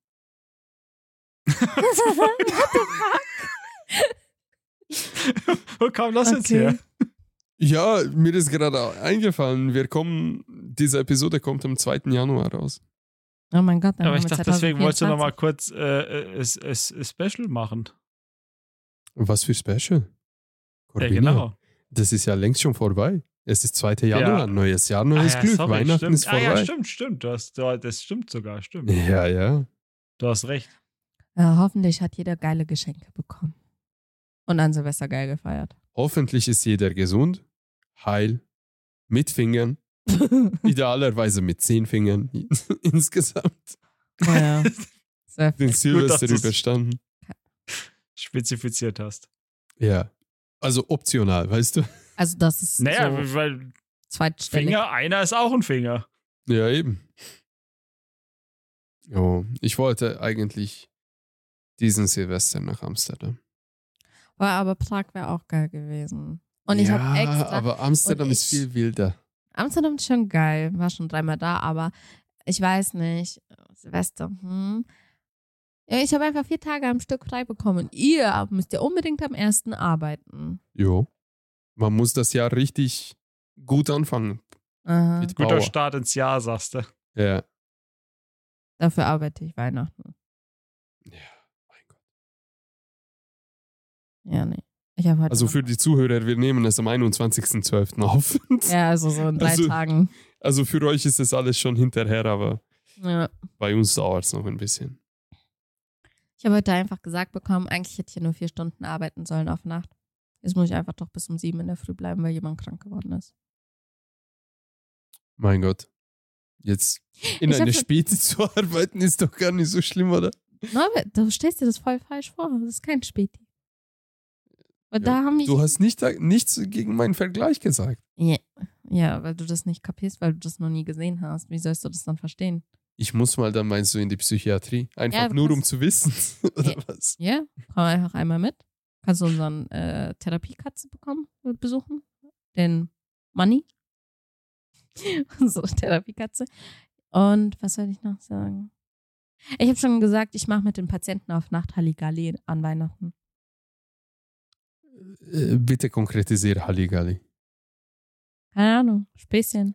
S2: Wo kam das jetzt her?
S1: Ja, mir ist gerade eingefallen, wir kommen, diese Episode kommt am 2. Januar raus.
S3: Oh mein Gott, dann
S2: Aber
S3: haben
S2: ich
S3: wir
S2: dachte, deswegen wolltest du
S3: 2024.
S2: nochmal kurz äh, äh, es, es, es Special machen.
S1: Was für Special?
S2: Ja,
S1: Corbina,
S2: genau.
S1: Das ist ja längst schon vorbei. Es ist 2. Januar,
S2: Ja.
S1: neues Jahr, neues
S2: Ah ja,
S1: Glück.
S2: sorry,
S1: Weihnachten
S2: stimmt.
S1: ist vorbei.
S2: Ah ja, stimmt, stimmt. Du hast, du, das stimmt sogar, stimmt.
S1: ja, ja.
S2: Du hast recht.
S3: Ja, Äh, hoffentlich hat jeder geile Geschenke bekommen. Und an Silvester geil gefeiert.
S1: Hoffentlich ist jeder gesund, heil, mit Fingern, idealerweise mit zehn Fingern insgesamt.
S3: Naja. Sehr
S1: Den
S2: dass
S1: Silvester
S2: du's-
S1: überstanden.
S2: Spezifiziert hast.
S1: Ja. Also optional, weißt du?
S3: Also das ist
S2: Naja,
S3: so
S2: weil
S3: zweitstellig.
S2: Finger, einer ist auch ein Finger.
S1: Ja, eben. Oh, ich wollte eigentlich diesen Silvester nach Amsterdam.
S3: War aber Prag wäre auch geil gewesen. Und ich
S1: ja,
S3: habe extra.
S1: aber Amsterdam
S3: und
S1: ist
S3: ich-
S1: viel wilder.
S3: Amsterdam ist schon geil, war schon dreimal da, aber ich weiß nicht. Silvester, hm. Ja, Ich habe einfach vier Tage am Stück frei bekommen. Ihr müsst ja unbedingt am ersten arbeiten.
S1: Jo. Man muss das Jahr richtig gut anfangen.
S3: Aha.
S1: Mit
S2: Guter
S1: Power.
S2: Start ins Jahr, sagst du.
S1: Ja.
S3: Dafür arbeite ich Weihnachten.
S1: Mein Gott.
S3: Ja, nee. Ich habe halt
S1: Also für die Zuhörer, wir nehmen es am 21.12. auf.
S3: Ja, also so in drei
S1: Also-
S3: Tagen.
S1: Also für euch ist es alles schon hinterher, aber
S3: Ja.
S1: bei uns dauert es noch ein bisschen.
S3: Ich habe heute einfach gesagt bekommen, eigentlich hätte ich ja nur vier Stunden arbeiten sollen auf Nacht. Jetzt muss ich einfach doch bis um sieben in der Früh bleiben, weil jemand krank geworden ist.
S1: Mein Gott. Jetzt in
S3: Ich hab
S1: eine
S3: schon-
S1: Späte zu arbeiten ist doch gar nicht so schlimm, oder?
S3: Norbert, du stellst dir das voll falsch vor. Das ist kein Späti.
S1: Ja,
S3: Und da haben mich.
S1: Du hast nicht, nichts gegen meinen Vergleich gesagt.
S3: Ja. ja, weil du das nicht kapierst, weil du das noch nie gesehen hast. Wie sollst du das dann verstehen?
S1: Ich muss mal dann meinst du in die Psychiatrie. Einfach
S3: Ja,
S1: nur
S3: was-
S1: um zu wissen. oder
S3: Ja.
S1: was?
S3: Ja, komm einfach einmal mit. Kannst du unseren äh, Therapiekatze bekommen, und besuchen? Den Money. Unsere Therapiekatze. Und was soll ich noch sagen? Ich habe schon gesagt, ich mache mit den Patienten auf Nacht Halligalli an Weihnachten.
S1: Äh, bitte konkretisiere Halligalli.
S3: Keine Ahnung, Späßchen.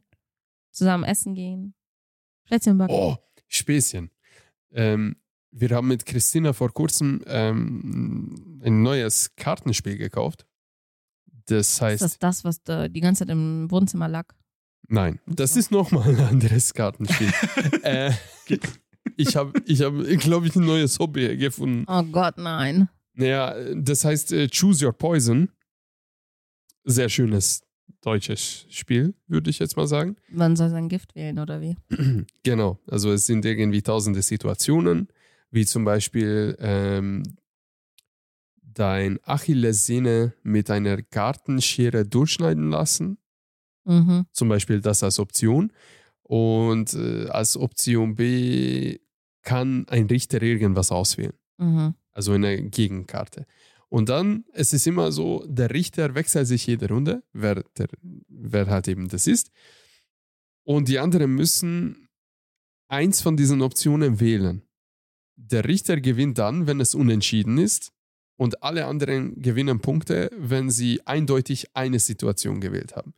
S3: Zusammen essen gehen. Plätzchen backen.
S1: Oh, Späßchen. Ähm, wir haben mit Christina vor kurzem ähm, ein neues Kartenspiel gekauft. Das heißt.
S3: Ist das das, was da die ganze Zeit im Wohnzimmer lag?
S1: Nein, das
S3: so.
S1: ist nochmal ein anderes Kartenspiel. äh, ich habe, ich hab, glaube ich, ein neues Hobby gefunden.
S3: Oh Gott, nein.
S1: Naja, das heißt äh, Choose Your Poison. Sehr schönes deutsches Spiel, würde ich jetzt mal sagen.
S3: Man soll sein Gift wählen, oder wie?
S1: Genau, also es sind irgendwie tausende Situationen, wie zum Beispiel ähm, dein Achillessehne mit einer Gartenschere durchschneiden lassen.
S3: Mhm.
S1: zum Beispiel das als Option. Und äh, als Option B kann ein Richter irgendwas auswählen,
S3: Mhm.
S1: also eine Gegenkarte. Und dann, es ist immer so, der Richter wechselt sich jede Runde, wer, der, wer halt eben das ist. Und die anderen müssen eins von diesen Optionen wählen. Der Richter gewinnt dann, wenn es unentschieden ist. Und alle anderen gewinnen Punkte, wenn sie eindeutig eine Situation gewählt haben.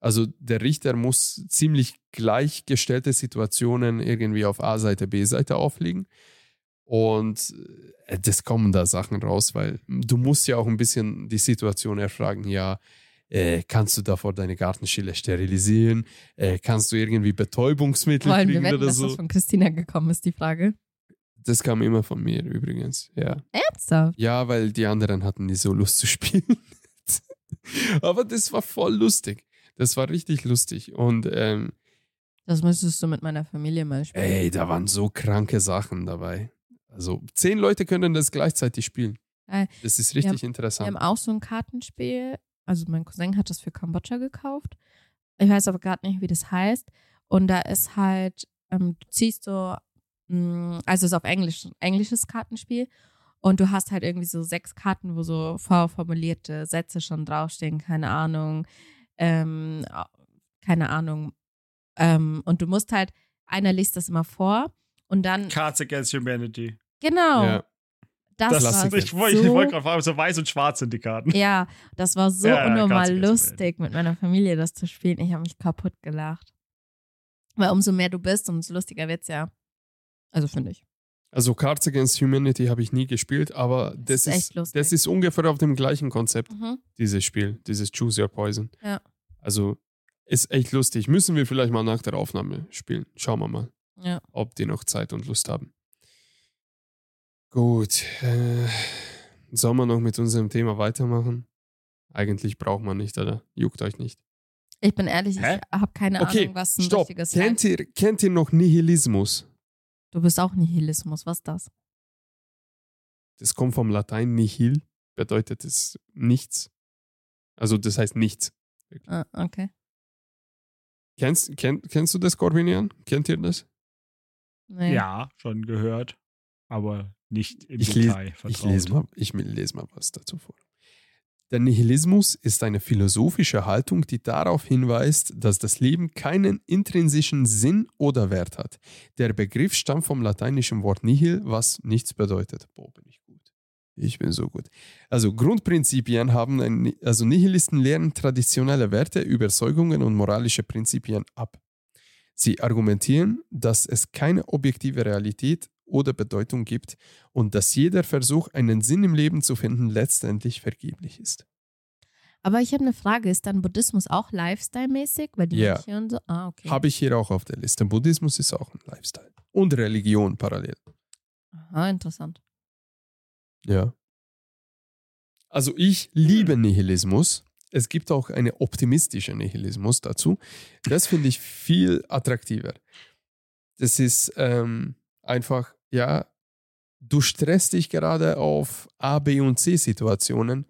S1: Also der Richter muss ziemlich gleichgestellte Situationen irgendwie auf A-Seite, B-Seite auflegen. Und äh, das kommen da Sachen raus, weil du musst ja auch ein bisschen die Situation erfragen, ja, äh, kannst du davor deine Gartenschille sterilisieren? Äh, kannst du irgendwie Betäubungsmittel
S3: Wollen wir
S1: kriegen
S3: wetten,
S1: oder
S3: dass
S1: so?
S3: das von Christina gekommen ist, die Frage?
S1: Das kam immer von mir übrigens, ja.
S3: Ernsthaft?
S1: Ja, weil die anderen hatten nicht so Lust zu spielen. Aber das war voll lustig. Das war richtig lustig. Und ähm,
S3: Das müsstest du mit meiner Familie mal spielen.
S1: ey, da waren so kranke Sachen dabei. Also zehn Leute können das gleichzeitig spielen.
S3: Geil.
S1: Das ist richtig
S3: Äh, Wir
S1: interessant.
S3: haben auch so ein Kartenspiel. Also mein Cousin hat das für Kambodscha gekauft. Ich weiß aber gerade nicht, wie das heißt. Und da ist halt, ähm, du ziehst so, mh, also es ist auf Englisch, ein englisches Kartenspiel. Und du hast halt irgendwie so sechs Karten, wo so vorformulierte Sätze schon draufstehen, keine Ahnung, ähm, keine Ahnung. Ähm, und du musst halt, einer liest das immer vor und dann,
S2: Cards Against Humanity.
S3: genau,
S1: Ja.
S3: das,
S1: das-
S3: war
S1: war's.
S2: ich wollte
S3: so
S2: ich wollte gerade fragen, so weiß und schwarz sind die Karten.
S3: ja, das war so
S2: Ja, ja,
S3: unnormal
S2: ganz, ganz
S3: lustig, mit meiner Familie das zu spielen. Ich habe mich kaputt gelacht. Weil umso mehr du bist, umso lustiger wird's ja. Also finde ich.
S1: Also Cards Against Humanity habe ich nie gespielt, aber das,
S3: ist echt
S1: ist,
S3: lustig.
S1: das ist ungefähr auf dem gleichen Konzept,
S3: Mhm.
S1: dieses Spiel, dieses Choose Your Poison.
S3: Ja.
S1: Also ist echt lustig. Müssen wir vielleicht mal nach der Aufnahme spielen. Schauen wir mal.
S3: Ja.
S1: ob die noch Zeit und Lust haben. Gut. Äh, sollen wir noch mit unserem Thema weitermachen? Eigentlich braucht man nicht, oder? Juckt euch nicht.
S3: Ich bin ehrlich,
S2: Hä?
S3: ich habe keine
S1: okay,
S3: Ahnung, was ein
S1: stopp.
S3: richtiges
S1: Kennt
S3: Leid-
S1: ihr, kennt ihr noch Nihilismus?
S3: Du bist auch Nihilismus, was ist das?
S1: Das kommt vom Latein nihil, bedeutet es nichts. Also das heißt nichts.
S3: Ah, okay.
S1: Kennst, kenn, kennst du das, Corbinian? Kennt ihr das?
S3: Nee.
S2: Ja, schon gehört, aber nicht im
S1: Ich um lese-
S2: Detail
S1: Ich
S2: vertraut.
S1: lese, mal, ich lese mal was dazu vor. Der Nihilismus ist eine philosophische Haltung, die darauf hinweist, dass das Leben keinen intrinsischen Sinn oder Wert hat. Der Begriff stammt vom lateinischen Wort nihil, was nichts bedeutet. Boah, bin ich gut. Ich bin so gut. Also Grundprinzipien haben, ein, also Nihilisten lehren traditionelle Werte, Überzeugungen und moralische Prinzipien ab. Sie argumentieren, dass es keine objektive Realität oder Bedeutung gibt, und dass jeder Versuch, einen Sinn im Leben zu finden, letztendlich vergeblich ist.
S3: Aber ich habe eine Frage, ist dann Buddhismus auch Lifestyle-mäßig? Weil die
S1: Ja.
S3: Mönche und so. Ah, okay.
S1: Habe ich hier auch auf der Liste. Buddhismus ist auch ein Lifestyle. Und Religion parallel.
S3: Aha, interessant.
S1: Ja. Also ich liebe Nihilismus. Es gibt auch einen optimistischen Nihilismus dazu. Das finde ich viel attraktiver. Das ist ähm, einfach, ja, du stresst dich gerade auf A, B und C Situationen,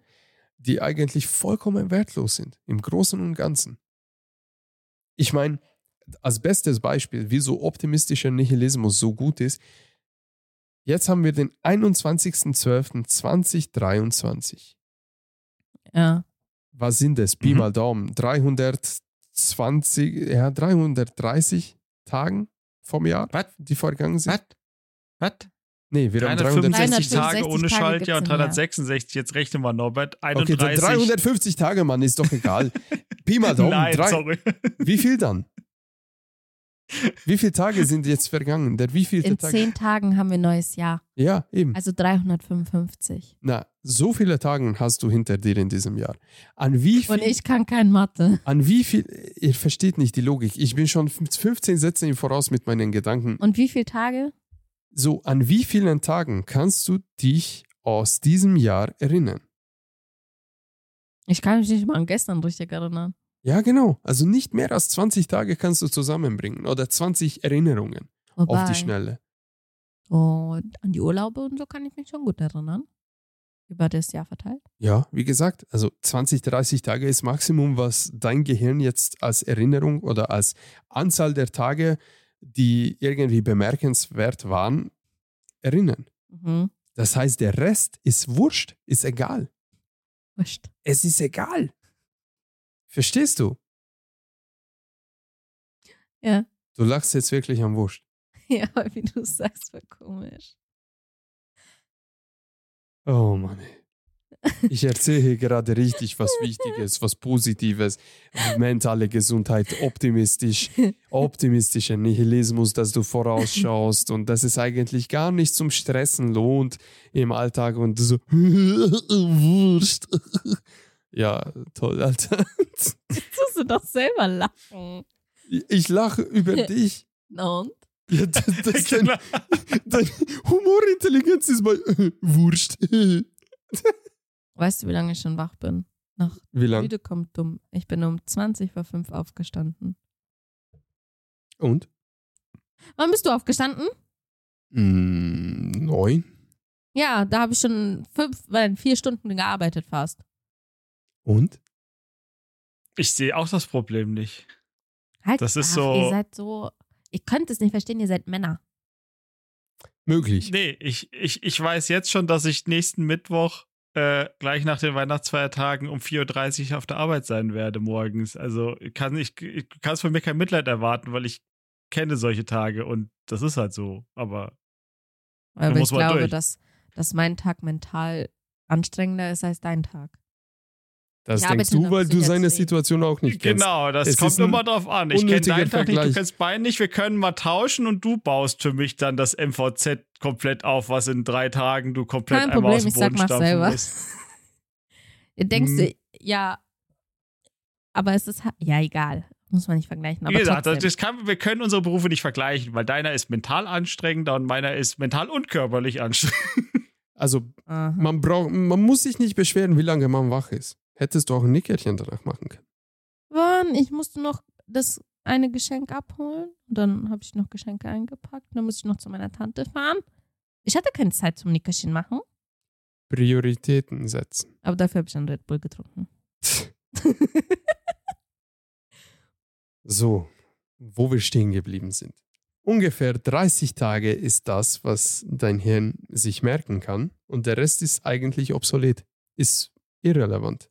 S1: die eigentlich vollkommen wertlos sind, im Großen und Ganzen. Ich meine, als bestes Beispiel, wieso optimistischer Nihilismus so gut ist, Jetzt haben wir den 21.12.2023.
S3: Ja.
S1: Was sind das? Pi
S2: Mhm.
S1: mal Daumen. 320, ja, 330 Tagen vom Jahr,
S2: Was?
S1: die vergangen sind.
S2: Was? Was?
S1: Nee, wir haben 350.
S2: 365 Tage
S3: 365
S2: ohne
S3: Tage
S2: Schaltjahr und
S3: gibt's im Jahr.
S2: 366. Jetzt rechne mal, Norbert.
S1: Okay,
S2: 31.
S1: 350 Tage, Mann, ist doch egal. Pi mal Daumen.
S2: Nein,
S1: drei,
S2: sorry.
S1: wie viel dann? Wie viele Tage sind jetzt vergangen? Der wievielte
S3: In
S1: Tag?
S3: zehn Tagen haben wir neues Jahr.
S1: Ja, eben.
S3: Also 355.
S1: Na, so viele Tage hast du hinter dir in diesem Jahr. An wie viel
S3: Und ich kann kein Mathe.
S1: An wie viel, ihr versteht nicht die Logik, ich bin schon 15 Sätze im Voraus mit meinen Gedanken.
S3: Und wie viele Tage?
S1: So, an wie vielen Tagen kannst du dich aus diesem Jahr erinnern?
S3: Ich kann mich nicht mal an gestern richtig erinnern.
S1: Ja, genau. Also nicht mehr als 20 Tage kannst du zusammenbringen oder 20 Erinnerungen auf
S3: Wobei,
S1: die Schnelle.
S3: Und an die Urlaube und so kann ich mich schon gut erinnern. Über das Jahr verteilt.
S1: Ja, wie gesagt, also 20, 30 Tage ist Maximum, was dein Gehirn jetzt als Erinnerung oder als Anzahl der Tage, die irgendwie bemerkenswert waren, erinnern.
S3: Mhm.
S1: Das heißt, der Rest ist wurscht, ist egal.
S3: Wurscht.
S1: Es ist egal. Verstehst du?
S3: Ja.
S1: Du lachst jetzt wirklich am Wurscht.
S3: Ja, aber wie du es sagst, war komisch.
S1: Oh Mann. ey. Ich erzähle hier gerade richtig was Wichtiges, was Positives, mentale Gesundheit, optimistisch, optimistischer Nihilismus, dass du vorausschaust und dass es eigentlich gar nicht zum Stressen lohnt im Alltag und du so Wurscht. Ja, toll, Alter.
S3: Jetzt musst du doch selber lachen.
S1: Ich lache über dich.
S3: Und?
S1: Ja, das, das ist
S2: Genau.
S1: dein, dein Humorintelligenz ist mal Wurscht. Wie
S3: Weißt du, wie lange ich schon wach bin? Nach
S1: lang?
S3: müde kommt dumm. Ich bin um 20 vor 5 aufgestanden.
S1: Und?
S3: Wann bist du aufgestanden?
S1: Mm, neun?
S3: Ja, da habe ich schon fünf, nein, vier Stunden gearbeitet fast.
S1: Und?
S2: Ich sehe auch das Problem nicht.
S3: Halt,
S2: Das ist
S3: ach,
S2: so-
S3: Ihr seid so. Ihr könnt es nicht verstehen, ihr seid Männer.
S1: Möglich.
S2: Nee, ich, ich, ich weiß jetzt schon, dass ich nächsten Mittwoch äh, gleich nach den Weihnachtsfeiertagen um 4.30 Uhr auf der Arbeit sein werde morgens. Also kann ich, ich kannst von mir kein Mitleid erwarten, weil ich kenne solche Tage und das ist halt so. Aber
S3: Aber
S2: Da
S3: ich
S2: muss man halt
S3: glaube,
S2: durch.
S3: dass, dass mein Tag mental anstrengender ist als dein Tag.
S1: Das
S3: Ja,
S1: denkst
S3: bitte,
S1: du, weil
S3: dazu
S1: du seine
S3: jetzt-
S1: Situation auch nicht kennst.
S2: genau, das
S1: Es ist
S2: kommt
S1: ein
S2: immer drauf an. Ich kenne
S1: unnötiger
S2: deinen Tag nicht, du
S1: Vergleich.
S2: kennst meinen nicht. Wir können mal tauschen und du baust für mich dann das MVZ komplett auf, was in drei Tagen du komplett
S3: Kein
S2: einmal aus
S3: Problem,
S2: dem
S3: ich sag
S2: Boden
S3: mal
S2: stampfen
S3: selber.
S2: musst.
S3: Ihr denkst,
S2: Hm.
S3: du, ja, aber es ist ha- ja egal, muss man nicht vergleichen. Aber
S2: Wie gesagt, das,
S3: trotzdem.
S2: das kann, wir können unsere Berufe nicht vergleichen, weil deiner ist mental anstrengender und meiner ist mental und körperlich anstrengend.
S1: Also
S3: Aha.
S1: man, braucht, man muss sich nicht beschweren, wie lange man wach ist. Hättest du auch ein Nickerchen danach machen können.
S3: Wann? Ich musste noch das eine Geschenk abholen. Und dann habe ich noch Geschenke eingepackt. Dann musste ich noch zu meiner Tante fahren. Ich hatte keine Zeit zum Nickerchen machen,
S1: Prioritäten setzen.
S3: aber dafür habe ich einen Red Bull getrunken.
S1: So, wo wir stehen geblieben sind. Ungefähr 30 Tage ist das, was dein Hirn sich merken kann und der Rest ist eigentlich obsolet, ist irrelevant.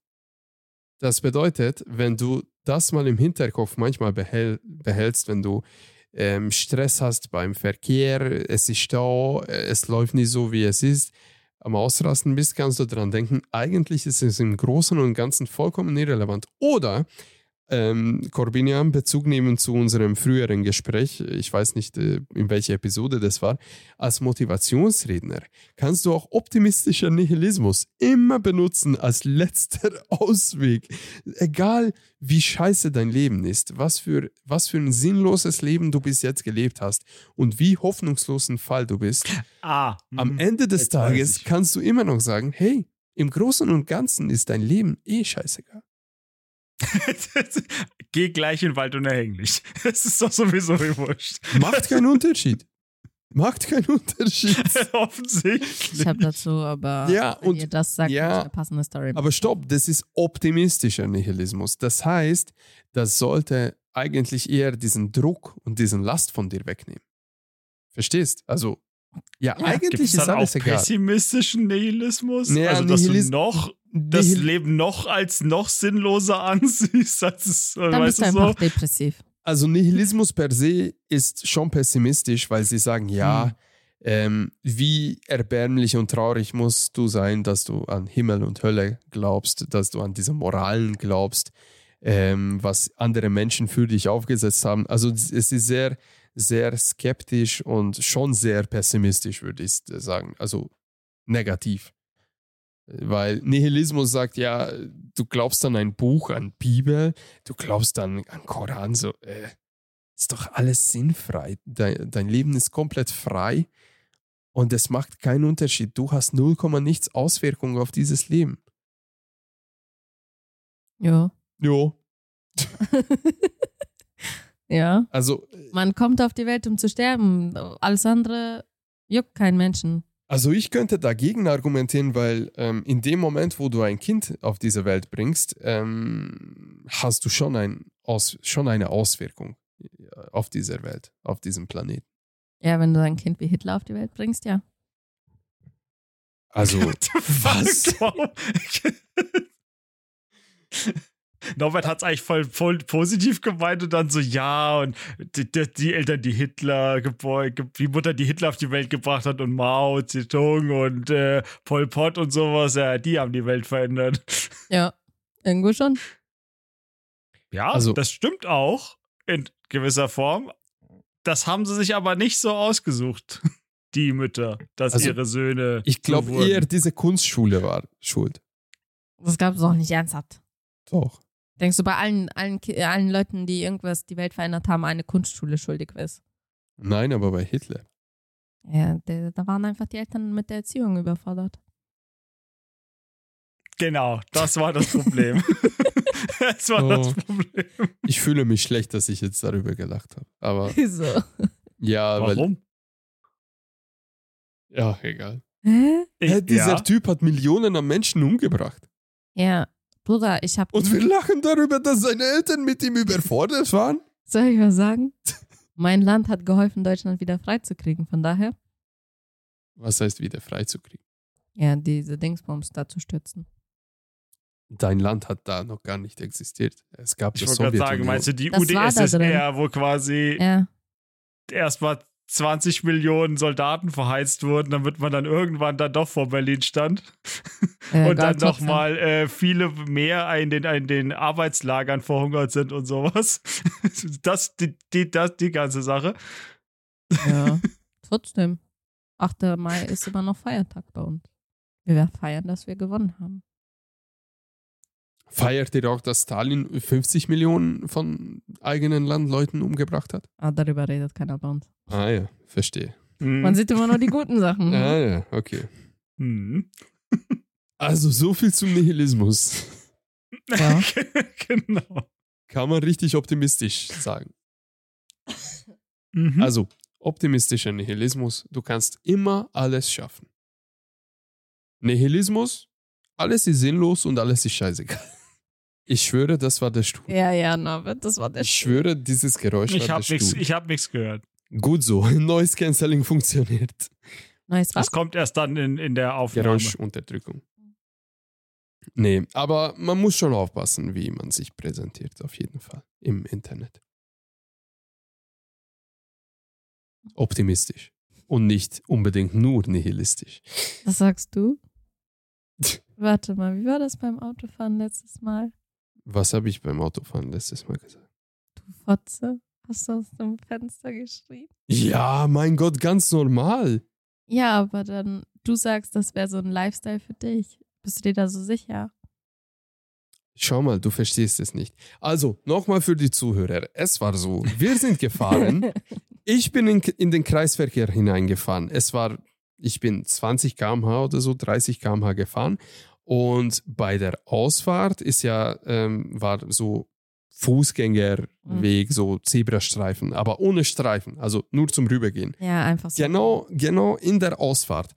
S1: Das bedeutet, wenn du das mal im Hinterkopf manchmal behäl behältst, wenn du ähm, Stress hast beim Verkehr, es ist Stau, äh, es läuft nicht so, wie es ist, am Ausrasten bist, kannst du dran denken, eigentlich ist es im Großen und Ganzen vollkommen irrelevant. Oder ähm, Corbinian, Bezug nehmen zu unserem früheren Gespräch, ich weiß nicht, äh, in welcher Episode das war, als Motivationsredner kannst du auch optimistischer Nihilismus immer benutzen als letzter Ausweg. Egal wie scheiße dein Leben ist, was für, was für ein sinnloses Leben du bis jetzt gelebt hast und wie hoffnungslos ein Fall du bist,
S2: Ah,
S1: am
S2: mhm.
S1: Ende des
S2: jetzt weiß
S1: Tages
S2: ich.
S1: kannst du immer noch sagen, hey, im Großen und Ganzen ist dein Leben eh scheißegal.
S2: Geh gleich in den Wald und erhäng dich. Das ist doch sowieso mir wurscht.
S1: Macht keinen Unterschied. Macht keinen Unterschied.
S2: Offensichtlich.
S3: Ich habe dazu aber,
S1: Ja,
S3: wenn
S1: und-
S3: ihr das sagt,
S1: ja,
S3: hab ich eine passende Story.
S1: Aber stopp, das ist optimistischer Nihilismus. Das heißt, das sollte eigentlich eher diesen Druck und diesen Last von dir wegnehmen. Verstehst? Also, ja,
S3: Ja.
S1: eigentlich
S2: Gibt's
S1: ist
S2: dann
S1: alles
S2: auch
S1: egal.
S2: pessimistischen Nihilismus?
S1: Naja,
S2: also, dass
S1: Nihilis-
S2: du noch das
S1: Nihil-
S2: Leben noch als noch sinnloser ansiehst, als es,
S3: dann
S2: weißt
S3: bist du
S2: du
S3: einfach
S2: so?
S3: depressiv.
S1: also Nihilismus per se ist schon pessimistisch, weil sie sagen, ja, ähm, wie erbärmlich und traurig musst du sein, dass du an Himmel und Hölle glaubst, dass du an diese Moralen glaubst, ähm, was andere Menschen für dich aufgesetzt haben. Also es ist sehr, sehr skeptisch und schon sehr pessimistisch, würde ich sagen. Also negativ. Weil Nihilismus sagt, ja, du glaubst an ein Buch, an Bibel, du glaubst an, an Koran, so, äh, ist doch alles sinnfrei. Dein, dein Leben ist komplett frei und es macht keinen Unterschied. Du hast 0, nichts Auswirkungen auf dieses Leben.
S3: Ja.
S1: Jo.
S3: ja.
S1: Also, äh,
S3: Man kommt auf die Welt, um zu sterben. Alles andere juckt keinen Menschen.
S1: also ich könnte dagegen argumentieren, weil ähm, in dem Moment, wo du ein Kind auf diese Welt bringst, ähm, hast du schon, ein Aus, schon eine Auswirkung äh, auf dieser Welt, auf diesem Planeten.
S3: Ja, wenn du ein Kind wie Hitler auf die Welt bringst, ja.
S1: Also,
S2: Was? Norbert hat es eigentlich voll, voll positiv gemeint und dann so, ja, und die, die, die Eltern, die Hitler geboren, ge die Mutter, die Hitler auf die Welt gebracht hat und Mao Zedong und äh, Pol Pot und sowas, ja, die haben die Welt verändert.
S3: Ja. Irgendwo schon.
S2: Ja,
S1: Also-
S2: das stimmt auch in gewisser Form. Das haben sie sich aber nicht so ausgesucht, die Mütter, dass
S1: Also,
S2: ihre Söhne.
S1: ich glaube
S2: so wurden.
S1: eher diese Kunstschule war schuld.
S3: Das gab es auch nicht ernsthaft.
S1: Doch.
S3: Denkst du bei allen, allen, Ki- äh, allen Leuten, die irgendwas die Welt verändert haben, eine Kunstschule schuldig ist?
S1: Nein, aber bei Hitler.
S3: Ja, der, da waren einfach die Eltern mit der Erziehung überfordert.
S2: Genau, das war das Problem. das war
S1: Oh.
S2: das Problem.
S1: Ich fühle mich schlecht, dass ich jetzt darüber gelacht habe. Aber
S3: so.
S1: ja, weil.
S2: Warum?
S1: Ja, egal.
S3: Hä?
S1: Hä, dieser
S2: ja.
S1: Typ hat Millionen an Menschen umgebracht.
S3: Ja, Bruder, ich hab.
S1: Und wir lachen darüber, dass seine Eltern mit ihm überfordert waren.
S3: Soll ich was sagen? Mein Land hat geholfen, Deutschland wieder freizukriegen. Von daher,
S1: Was heißt wieder freizukriegen?
S3: ja, diese Dingsbums da zu stützen.
S1: Dein Land hat da noch gar nicht existiert. Es gab
S2: Ich
S1: das
S2: wollte gerade sagen,
S1: Sowjetunion.
S2: meinst du die
S3: Das war da
S2: UdSSR, wo quasi
S3: Ja,
S2: erstmal 20 Millionen Soldaten verheizt wurden, damit man dann irgendwann dann doch vor Berlin stand
S3: äh,
S2: und dann
S3: Gott, trotzdem.
S2: nochmal äh, viele mehr in den, in den Arbeitslagern verhungert sind und sowas. Das, die, die, das, die ganze Sache.
S3: Ja, trotzdem. 8. Mai ist immer noch Feiertag bei uns. Wir werden feiern, dass wir gewonnen haben.
S1: Feiert ihr auch, dass Stalin 50 Millionen von eigenen Landleuten umgebracht hat?
S3: Aber Ah, darüber redet keiner bei uns.
S1: Ah ja, verstehe.
S2: Mhm.
S3: Man sieht immer nur die guten Sachen.
S1: Ah ja, okay.
S2: Mhm.
S1: Also so viel zum Nihilismus.
S3: Ja.
S2: genau.
S1: Kann man richtig optimistisch sagen.
S2: Mhm.
S1: Also, optimistischer Nihilismus, du kannst immer alles schaffen. Nihilismus, alles ist sinnlos und alles ist scheißegal. Ich schwöre, das war der Stuhl.
S3: ja, ja, Norbert, das war der
S1: Ich schwöre, dieses Geräusch
S2: ich
S1: war
S2: habe
S1: der
S2: nichts
S1: Stuhl.
S2: hab nix gehört.
S1: Gut so, Noise Cancelling funktioniert.
S3: Neues
S2: Das
S3: was?
S2: kommt erst dann in, in der Aufnahme.
S1: Geräuschunterdrückung. Nee, aber man muss schon aufpassen, wie man sich präsentiert, auf jeden Fall im Internet. Optimistisch und nicht unbedingt nur nihilistisch.
S3: Was sagst du? Warte mal, wie war das beim Autofahren letztes Mal?
S1: Was habe ich beim Autofahren letztes Mal gesagt?
S3: Du Fotze, hast du aus dem Fenster geschrien?
S1: Ja, mein Gott, ganz normal.
S3: Ja, aber dann, du sagst, das wäre so ein Lifestyle für dich. Bist du dir da so sicher?
S1: Schau mal, du verstehst es nicht. Also, nochmal für die Zuhörer. Es war so, wir sind gefahren. Ich bin in, in den Kreisverkehr hineingefahren. Es war, ich bin 20 km/h oder so, 30 km/h gefahren. Und bei der Ausfahrt ist ja, ähm, war so Fußgängerweg, so Zebrastreifen, aber ohne Streifen, also nur zum Rübergehen.
S3: ja, einfach so.
S1: Genau, genau in der Ausfahrt.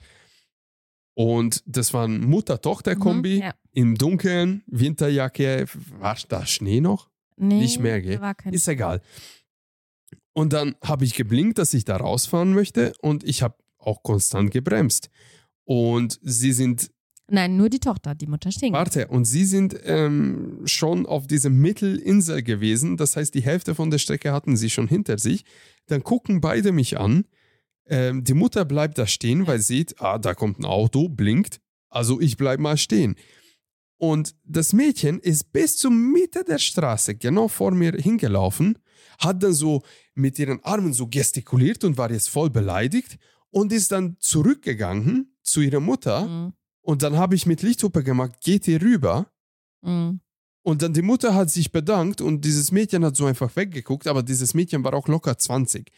S1: Und das war ein Mutter-Tochter-Kombi
S3: Mhm, ja.
S1: im Dunkeln, Winterjacke. War da Schnee noch?
S3: Nee,
S1: Nicht mehr, gell?
S3: War kein
S1: Ist egal. Und dann habe ich geblinkt, dass ich da rausfahren möchte und ich habe auch konstant gebremst. Und sie sind,
S3: Nein, nur die Tochter, die Mutter stinkt.
S1: warte, und sie sind ähm, schon auf dieser Mittelinsel gewesen. Das heißt, die Hälfte von der Strecke hatten sie schon hinter sich. Dann gucken beide mich an. Ähm, die Mutter bleibt da stehen, weil sie sieht, ah, da kommt ein Auto, blinkt. Also ich bleib mal stehen. Und das Mädchen ist bis zur Mitte der Straße genau vor mir hingelaufen, hat dann so mit ihren Armen so gestikuliert und war jetzt voll beleidigt und ist dann zurückgegangen zu ihrer Mutter.
S3: Mhm.
S1: Und dann habe ich mit Lichthupe gemacht, geht hier rüber.
S3: Mhm.
S1: Und dann die Mutter hat sich bedankt und dieses Mädchen hat so einfach weggeguckt, aber dieses Mädchen war auch locker 20.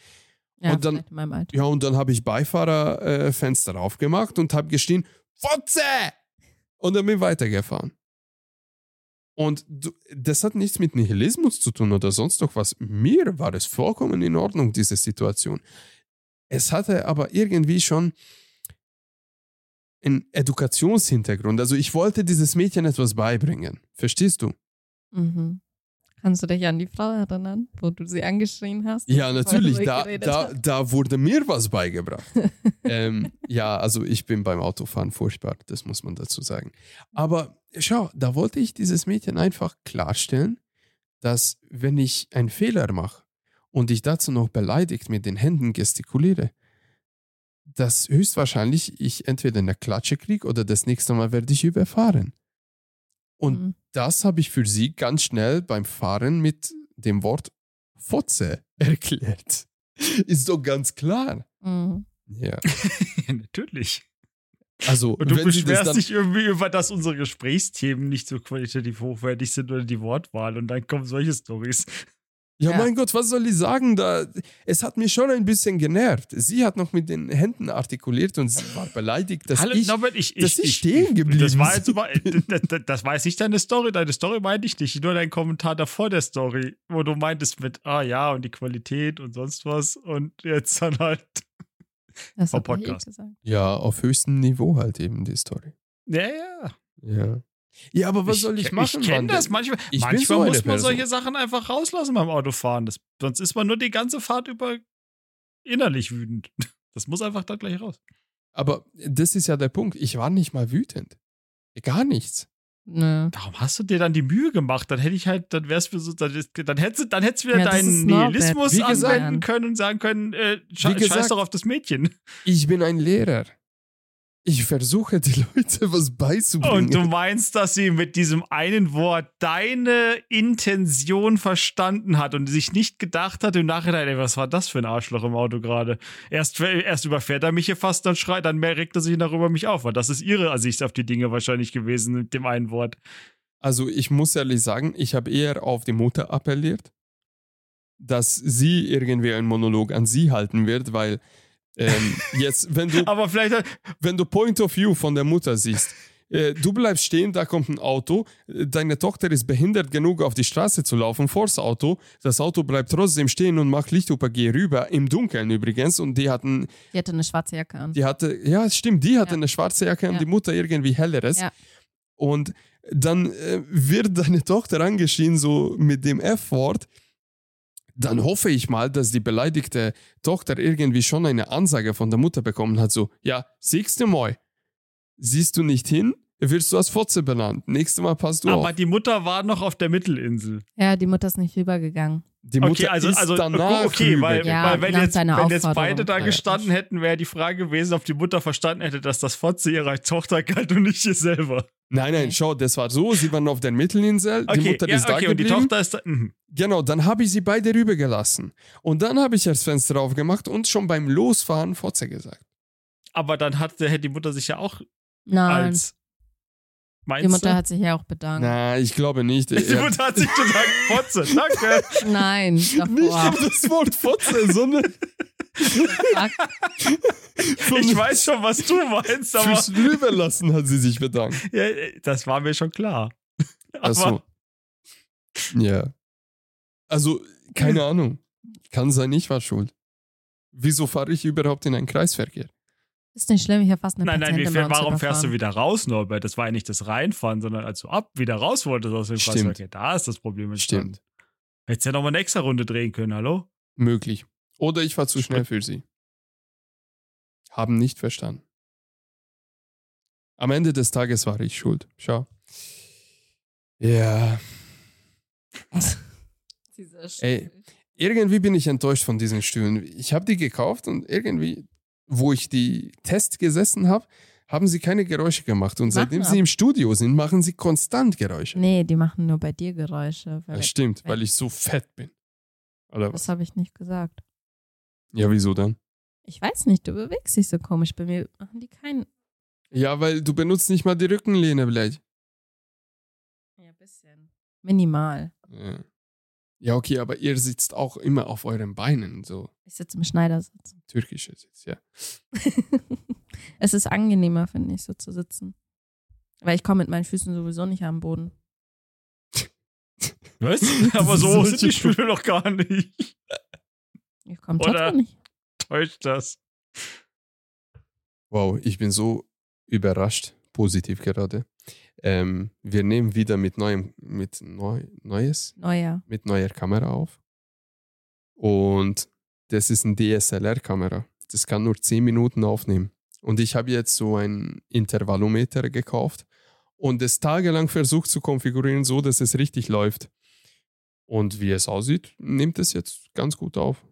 S3: Ja,
S1: Und dann-
S3: vielleicht in meinem Alter.
S1: Ja, und dann habe ich Beifahrerfenster äh, Fenster aufgemacht und habe geschrien, Fotze! Und dann bin ich weitergefahren. Und du, das hat nichts mit Nihilismus zu tun oder sonst noch was. Mir war es vollkommen in Ordnung, diese Situation. Es hatte aber irgendwie schon einen Edukationshintergrund. Also ich wollte dieses Mädchen etwas beibringen. Verstehst du?
S3: Mhm. Kannst du dich an die Frau erinnern, wo du sie angeschrien hast?
S1: Ja, natürlich.
S3: Weil du
S1: Da,
S3: geredet
S1: da,
S3: hast.
S1: da wurde mir was beigebracht. ähm, ja, also ich bin beim Autofahren furchtbar, das muss man dazu sagen. Aber schau, da wollte ich dieses Mädchen einfach klarstellen, dass wenn ich einen Fehler mache und ich dazu noch beleidigt mit den Händen gestikuliere, dass höchstwahrscheinlich ich entweder eine Klatsche kriege oder das nächste Mal werde ich überfahren. Und
S3: Mhm.
S1: das habe ich für sie ganz schnell beim Fahren mit dem Wort Fotze erklärt. Ist doch ganz klar.
S3: Mhm.
S1: Ja.
S2: Natürlich.
S1: Also,
S2: Und du
S1: wenn sie das
S2: beschwerst
S1: dann,
S2: dich irgendwie über, dass unsere Gesprächsthemen nicht so qualitativ hochwertig sind oder die Wortwahl und dann kommen solche Stories.
S1: Ja,
S3: Ja.
S1: mein Gott, was soll ich sagen? Da, es hat mich schon ein bisschen genervt. Sie hat noch mit den Händen artikuliert und sie war beleidigt, dass
S2: Hallo,
S1: ich...
S2: Norbert, ich,
S1: dass Sie stehen geblieben
S2: Das war,
S1: sind.
S2: jetzt aber, äh, das, das- das war jetzt nicht deine Story. Deine Story meinte ich nicht. Nur dein Kommentar davor der Story, wo du meintest mit, ah ja, und die Qualität und sonst was. Und jetzt dann halt.
S3: Das
S2: Vom
S3: hat man eh
S2: Podcast.
S3: gesagt.
S1: ja, auf höchstem Niveau halt eben die Story.
S2: Ja, ja.
S1: Ja. Ja, aber was soll ich
S2: ke-
S1: machen?
S2: Ich kenne
S1: Mann?
S2: das manchmal.
S1: Ich bin
S2: manchmal
S1: so eine
S2: muss man
S1: Person.
S2: solche Sachen einfach rauslassen beim Autofahren. Das, sonst ist man nur die ganze Fahrt über innerlich wütend. Das muss einfach da gleich raus.
S1: Aber das ist ja der Punkt. Ich war nicht mal wütend. Gar nichts.
S3: Nö.
S2: Warum hast du dir dann die Mühe gemacht? Dann hätte ich halt, dann wär's mir so, dann, ist- dann hättest du, dann hättest du wieder
S3: Ja, das
S2: deinen
S3: ist Norbert.
S2: Nihilismus
S1: Wie gesagt-
S2: anwenden können und sagen können, äh, sche
S1: Wie gesagt-
S2: scheiß doch auf das Mädchen.
S1: Ich bin ein Lehrer. Ich versuche, die Leute was beizubringen.
S2: Und du meinst, dass sie mit diesem einen Wort deine Intention verstanden hat und sich nicht gedacht hat im Nachhinein, ey, was war das für ein Arschloch im Auto gerade? Erst, erst überfährt er mich hier fast, dann schreit, dann mehr regt er sich darüber mich auf. Weil das ist ihre Sicht auf die Dinge wahrscheinlich gewesen mit dem einen Wort.
S1: Also ich muss ehrlich sagen, ich habe eher auf die Mutter appelliert, dass sie irgendwie einen Monolog an sie halten wird, weil ähm, jetzt, wenn du,
S2: Aber vielleicht hat,
S1: wenn du Point of View von der Mutter siehst, äh, du bleibst stehen, da kommt ein Auto, äh, deine Tochter ist behindert genug, auf die Straße zu laufen, vors Auto, das Auto bleibt trotzdem stehen und macht Lichthupe, geh rüber, im Dunkeln übrigens, und die hatten
S3: Die hatte eine schwarze Jacke an.
S1: die hatte, ja, es stimmt, die hatte
S3: Ja.
S1: eine schwarze Jacke und
S3: Ja.
S1: die Mutter irgendwie helleres.
S3: Ja.
S1: Und dann äh, wird deine Tochter angeschrien, so mit dem F-Wort. Dann hoffe ich mal, dass die beleidigte Tochter irgendwie schon eine Ansage von der Mutter bekommen hat, so, ja, siehst du mal, siehst du nicht hin, wirst du als Fotze benannt. Nächstes Mal passt du
S2: aber
S1: auf.
S2: die Mutter war noch auf der Mittelinsel.
S3: Ja, die Mutter ist nicht rübergegangen.
S1: Die Mutter
S2: okay, also,
S1: ist
S2: also
S1: danach
S2: okay, weil,
S1: rübergegangen.
S3: Ja,
S2: weil wenn,
S3: nach
S2: jetzt,
S3: seiner
S2: wenn jetzt
S3: Aufforderung
S2: beide da
S3: praktisch.
S2: gestanden hätten, wäre die Frage gewesen, ob die Mutter verstanden hätte, dass das Fotze ihrer Tochter galt und nicht ihr selber.
S1: Nein, nein,
S3: Okay.
S1: schau, das war so, sie waren auf der Mittelinsel,
S2: Okay,
S1: die Mutter
S2: ja,
S1: ist da
S2: okay, und die
S1: geblieben.
S2: Tochter ist da. mhm.
S1: Genau, dann habe ich sie beide rübergelassen. Und dann habe ich das Fenster aufgemacht und schon beim Losfahren Fotze gesagt.
S2: Aber dann hat, hätte die Mutter sich ja auch
S3: Nein.
S2: als. Meinst
S3: Die Mutter
S2: du?
S3: hat sich ja auch bedankt.
S1: Na, ich glaube nicht. äh,
S2: die
S1: Er-
S2: Mutter hat sich gesagt, Fotze, danke.
S3: Nein,
S1: nicht
S3: davor.
S1: auf das Wort Fotze, sondern
S3: Fuck.
S2: Ich weiß schon, was du meinst, aber
S1: fürs Rüberlassen hat sie sich bedankt.
S2: ja, das war mir schon klar. Aber
S1: Achso. Ja. Also, keine Ahnung. Kann sein, ich war schuld. Wieso fahre ich überhaupt in einen Kreisverkehr?
S3: Ist nicht schlimm, ich habe fast eine
S2: nein, nein, wie,
S3: Patientin bei uns
S2: warum fährst du
S3: überfahren.
S2: wieder raus, Norbert? Das war ja nicht das Reinfahren, sondern als du ab wieder raus wolltest aus dem
S1: Stimmt.
S2: Kreisverkehr. Da ist das Problem entstanden.
S1: Stimmt.
S2: Hättest ja nochmal eine extra Runde drehen können, hallo?
S1: Möglich. Oder ich war zu schnell für sie. Haben nicht verstanden. Am Ende des Tages war ich schuld. Schau. Ja.
S3: Dieser Stuhl.
S1: Ey. Irgendwie bin ich enttäuscht von diesen Stühlen. Ich habe die gekauft und irgendwie, wo ich die Test gesessen habe, haben sie keine Geräusche gemacht. Und
S3: Machen
S1: seitdem
S3: ab.
S1: sie im Studio sind, machen sie konstant Geräusche.
S3: Nee, die machen nur bei dir Geräusche. weil-
S1: Das stimmt, weil ich so fett bin. Oder was?
S3: Das habe ich nicht gesagt.
S1: Ja, wieso dann?
S3: Ich weiß nicht, du bewegst dich so komisch. Bei mir machen die keinen.
S1: Ja, weil du benutzt nicht mal die Rückenlehne, vielleicht.
S3: Ja, bisschen. Minimal.
S1: Ja. ja, okay, aber ihr sitzt auch immer auf euren Beinen, so
S3: Ich sitze im Schneidersitz.
S1: türkische Sitz, ja.
S3: es ist angenehmer, finde ich, so zu sitzen. Weil ich komme mit meinen Füßen sowieso nicht am Boden.
S2: Was? Aber so sind die Stühle doch gar nicht.
S3: Ich komme
S2: Oder-
S3: trotzdem nicht.
S2: Täuscht das.
S1: Wow, ich bin so überrascht, positiv gerade. Ähm, wir nehmen wieder mit neuem, mit neu, Neues,
S3: Neuer.
S1: mit neuer Kamera auf. Und das ist eine DSLR-Kamera. Das kann nur 10 Minuten aufnehmen. Und ich habe jetzt so ein Intervallometer gekauft und es tagelang versucht zu konfigurieren, so dass es richtig läuft. Und wie es aussieht, nimmt es jetzt ganz gut auf.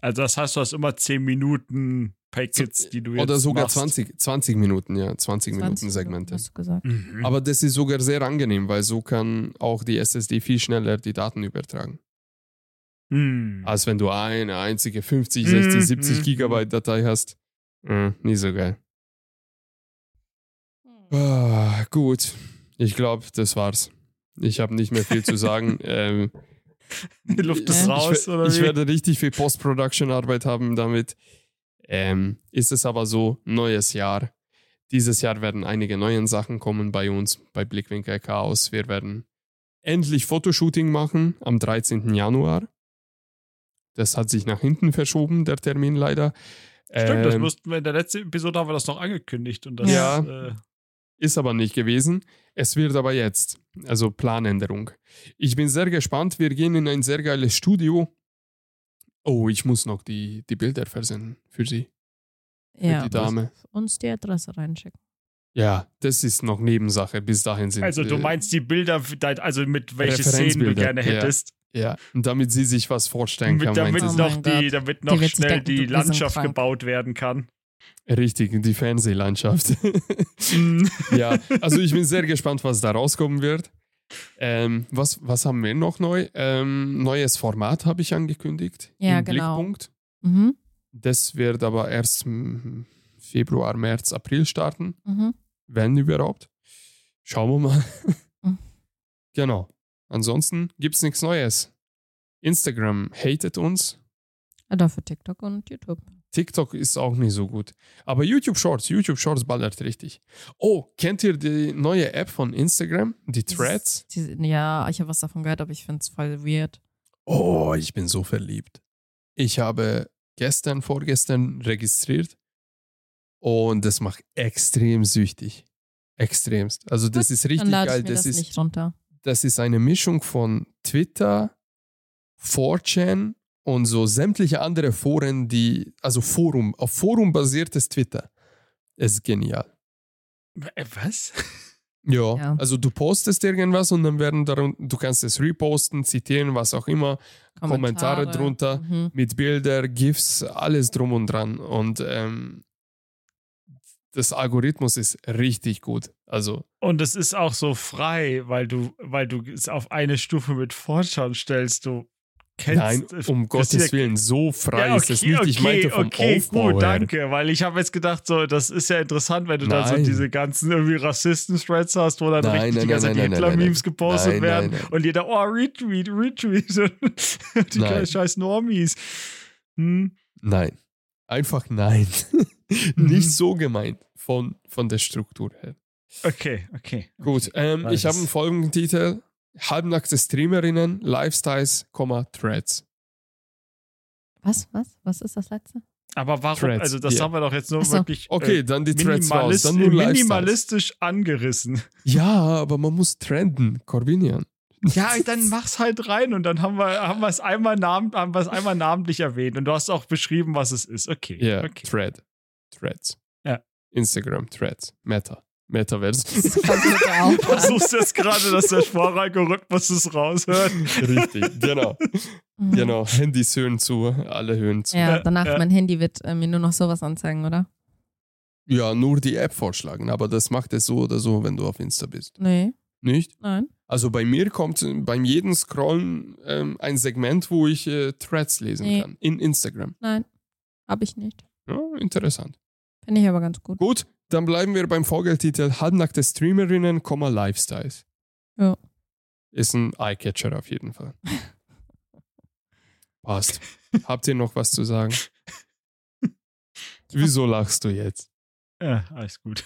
S2: Also das heißt, du hast immer 10 Minuten Packets, die du jetzt
S1: Oder sogar
S2: machst.
S1: 20, 20 Minuten, ja, 20,
S3: 20
S1: Minuten Segmente.
S3: Hast du gesagt.
S2: Mhm.
S1: Aber das ist sogar sehr angenehm, weil so kann auch die SSD viel schneller die Daten übertragen.
S2: Mhm.
S1: als wenn du eine einzige 50,
S2: Mhm,
S1: 60, 70
S2: mhm.
S1: Gigabyte Datei hast. Mhm, nie so geil. Hm. Ah, gut, ich glaube, das war's. Ich habe nicht mehr viel zu sagen. ähm,
S2: Die Luft ist
S3: Ja.
S2: raus
S1: ich,
S2: oder
S1: ich
S2: wie?
S1: werde richtig viel Post-Production-Arbeit haben damit. Ähm, ist es aber so, neues Jahr. Dieses Jahr werden einige neue Sachen kommen bei uns, bei Blickwinkel Chaos. Wir werden endlich Fotoshooting machen am 13. Januar. Das hat sich nach hinten verschoben, der Termin leider.
S2: Stimmt, das
S1: Ähm,
S2: mussten wir in der letzten Episode haben wir das noch angekündigt und das
S1: Ja.
S2: äh,
S1: Ist aber nicht gewesen. Es wird aber jetzt. Also Planänderung. Ich bin sehr gespannt. Wir gehen in ein sehr geiles Studio. Oh, ich muss noch die, die Bilder versenden für Sie, für
S3: Ja,
S1: die Dame.
S3: uns die Adresse reinschicken.
S1: Ja, das ist noch Nebensache. Bis dahin sind
S2: Also du
S1: äh,
S2: meinst die Bilder, dein- also mit welche Szenen du
S1: Referenzbilder,
S2: gerne
S1: ja.
S2: hättest,
S1: Ja, und damit sie sich was vorstellen
S2: mit,
S1: kann.
S2: damit,
S1: meint
S3: Oh
S2: noch
S3: mein
S2: die,
S3: Gott.
S2: damit noch
S3: wird sich
S2: schnell
S3: denken, du,
S2: die
S3: wir sind
S2: Landschaft
S3: krank.
S2: gebaut werden kann.
S1: sie. Richtig, die Fernsehlandschaft. ja, also ich bin sehr gespannt, was da rauskommen wird. Ähm, was, was haben wir noch neu? Ähm, neues Format habe ich angekündigt.
S3: Ja,
S1: im
S3: genau.
S1: Blickpunkt.
S3: Mhm.
S1: Das wird aber erst im Februar, März, April starten,
S3: Mhm.
S1: wenn überhaupt. Schauen wir mal.
S3: Mhm.
S1: genau. Ansonsten gibt's nichts Neues. Instagram hatet uns.
S3: Ja, dafür Ah, TikTok und YouTube.
S1: TikTok ist auch nicht so gut. Aber YouTube Shorts, YouTube Shorts ballert richtig. Oh, kennt ihr die neue App von Instagram? Die Threads?
S3: Die, ja, ich habe was davon gehört, aber ich finde es voll weird.
S1: Oh, ich bin so verliebt. Ich habe gestern, vorgestern registriert und das macht extrem süchtig. Extremst. Also das
S3: Gut,
S1: ist
S3: Dann
S1: richtig
S3: lade
S1: geil.
S3: ich mir das,
S1: Das ist,
S3: nicht runter.
S1: das ist eine Mischung von Twitter, 4chan und so sämtliche andere Foren, die, also Forum, auf Forum basiertes Twitter. Das ist genial.
S2: Äh, Was?
S1: Ja,
S3: Ja.
S1: also du postest irgendwas und dann werden darun, du kannst es reposten, zitieren, was auch immer, Kommentare drunter.
S3: Mhm.
S1: mit Bilder, GIFs, alles drum und dran. Und ähm, das Algorithmus ist richtig gut. Also
S2: Und es ist auch so frei, weil du, weil du es auf eine Stufe mit Forschern stellst. Du kennst
S1: nein, um
S2: das
S1: Gottes
S2: hier-
S1: Willen, so frei ist es nicht. Ich
S2: okay,
S1: meinte vom
S2: okay,
S1: Aufbau
S2: gut,
S1: her.
S2: danke, weil ich habe jetzt gedacht, so, das ist ja interessant, wenn du da so
S1: Nein.
S2: diese ganzen irgendwie Rassisten-Threads hast, wo dann
S1: Nein,
S2: richtig
S1: nein,
S2: die ganze
S1: nein,
S2: Zeit die
S1: nein, nein, nein, nein.
S2: Hitler-Memes gepostet
S1: Nein,
S2: werden
S1: nein, nein.
S2: und jeder, oh, Retweet, Retweet und die
S1: Nein.
S2: kleinen scheiß Normies. Hm.
S1: Nein. Einfach nein.
S2: Mhm.
S1: Nicht so gemeint von, von der Struktur her.
S2: Okay, okay.
S1: Gut, ähm, ich
S2: Nice.
S1: habe einen folgenden Titel. Halbnackte Streamerinnen, Lifestyles, Komma, Threads.
S3: Was, was? Was ist das letzte?
S2: Aber warum?
S1: Threads,
S2: also, das
S1: ja.
S2: haben wir doch jetzt nur
S3: Ach so.
S2: wirklich.
S1: Okay,
S2: äh,
S1: dann die Threads raus.
S2: Minimalist,
S1: Dann nur Lifestyles.
S2: minimalistisch angerissen.
S1: Ja, aber man muss trenden, Corbinian.
S2: Ja, dann mach's halt rein und dann haben wir, haben wir es einmal, nam, haben wir es einmal namentlich erwähnt und du hast auch beschrieben, was es ist. Okay.
S1: Ja,
S2: okay.
S1: Thread. Threads.
S2: Ja.
S1: Instagram, Threads. Meta. Metaverse.
S3: Das kommt bitte
S2: Du
S3: auch an.
S2: versuchst jetzt gerade, dass der Sporalgorithmus es raushört.
S1: Richtig, genau.
S3: Mhm.
S1: Genau. Handys hören zu, alle hören zu.
S3: Ja,
S2: Ja,
S3: danach
S2: ja.
S3: mein Handy wird äh, mir nur noch sowas anzeigen, oder?
S1: Ja, nur die App vorschlagen, aber das macht es so oder so, wenn du auf Insta bist.
S3: Nee,
S1: Nicht?
S3: nein.
S1: Also bei mir kommt äh, beim jedem Scrollen ähm, ein Segment, wo ich äh, Threads lesen
S3: Nee.
S1: kann. In Instagram.
S3: Hab ich nicht.
S1: Ja, interessant.
S3: Finde ich aber ganz gut.
S1: Gut, dann bleiben wir beim Vogeltitel Halbnackte Streamerinnen, Komma, Lifestyles.
S3: Ja.
S1: Ist ein Eyecatcher auf jeden Fall. Passt. Habt ihr noch was zu sagen? Wieso lachst du jetzt?
S2: Ja, alles gut.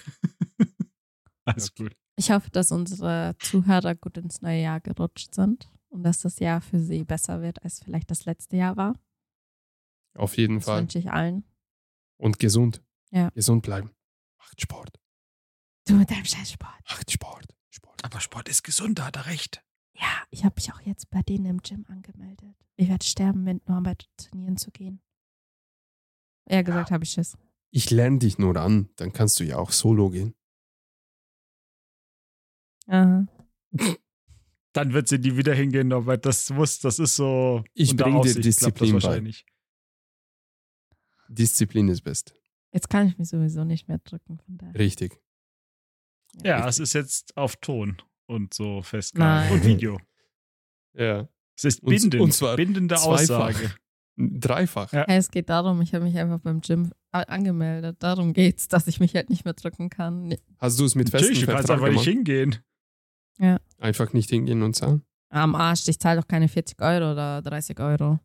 S2: Alles gut.
S3: Ich hoffe, dass unsere Zuhörer gut ins neue Jahr gerutscht sind und dass das Jahr für sie besser wird, als vielleicht das letzte Jahr war.
S1: Auf jeden
S3: Das
S1: Fall.
S3: wünsche ich allen.
S1: Und gesund.
S3: Ja.
S1: Gesund bleiben. Macht Sport.
S3: Du mit deinem scheiß Sport.
S1: Macht Sport. Sport.
S2: Aber Sport ist gesund, da hat er recht.
S3: Ja, ich habe mich auch jetzt bei denen im Gym angemeldet. Ich werde sterben, mit Norbert trainieren zu gehen. Eher gesagt, habe ich Schiss.
S1: Ich lerne dich nur an, dann kannst du ja auch solo gehen.
S3: Aha.
S2: Dann wird sie nie wieder hingehen, aber das muss, das ist so.
S1: Ich
S2: unter
S1: bring dir
S2: Aufsicht klappt
S1: Disziplin
S2: das
S1: bei.
S2: wahrscheinlich.
S1: Disziplin ist best.
S3: Jetzt kann ich mich sowieso nicht mehr drücken. Von daher.
S1: Richtig.
S2: Ja, es ist jetzt auf Ton und so festgehalten.
S3: Nein.
S2: Und Video.
S1: Ja.
S2: Es ist
S1: Und-
S2: bindend.
S1: und zwar
S2: bindende
S1: zweifach.
S2: Aussage.
S1: Dreifach.
S2: Ja.
S3: Hey, es geht darum, ich habe mich einfach beim Gym a- angemeldet. Darum geht's, dass ich mich halt nicht mehr drücken kann. Nee.
S1: Hast du es mit
S2: Natürlich,
S1: festem
S2: du kannst
S1: Vertrag
S2: einfach nicht
S1: gemacht?
S2: hingehen.
S1: Einfach nicht hingehen und zahlen?
S3: Am Arsch, ich zahle doch keine 40 Euro oder 30 Euro.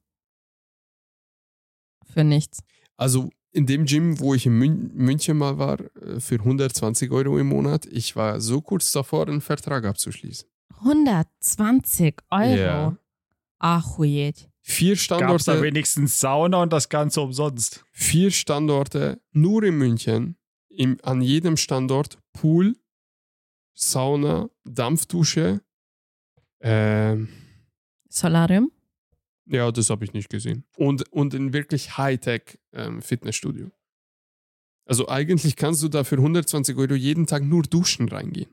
S3: Für nichts.
S1: Also in dem Gym, wo ich in Mün München mal war, äh, für 120 Euro im Monat, ich war so kurz davor, einen Vertrag abzuschließen.
S3: 120 Euro?
S1: Ja.
S3: Ach, huiet.
S1: Vier
S2: Gab es da
S1: Standorte,
S2: wenigstens Sauna und das Ganze umsonst?
S1: vier Standorte nur in München, im, an jedem Standort Pool, Sauna, Dampfdusche. Ähm,
S3: Solarium?
S1: ja, das habe ich nicht gesehen. Und, und ein wirklich Hightech ähm, Fitnessstudio. Also eigentlich kannst du da für 120 Euro jeden Tag nur duschen reingehen.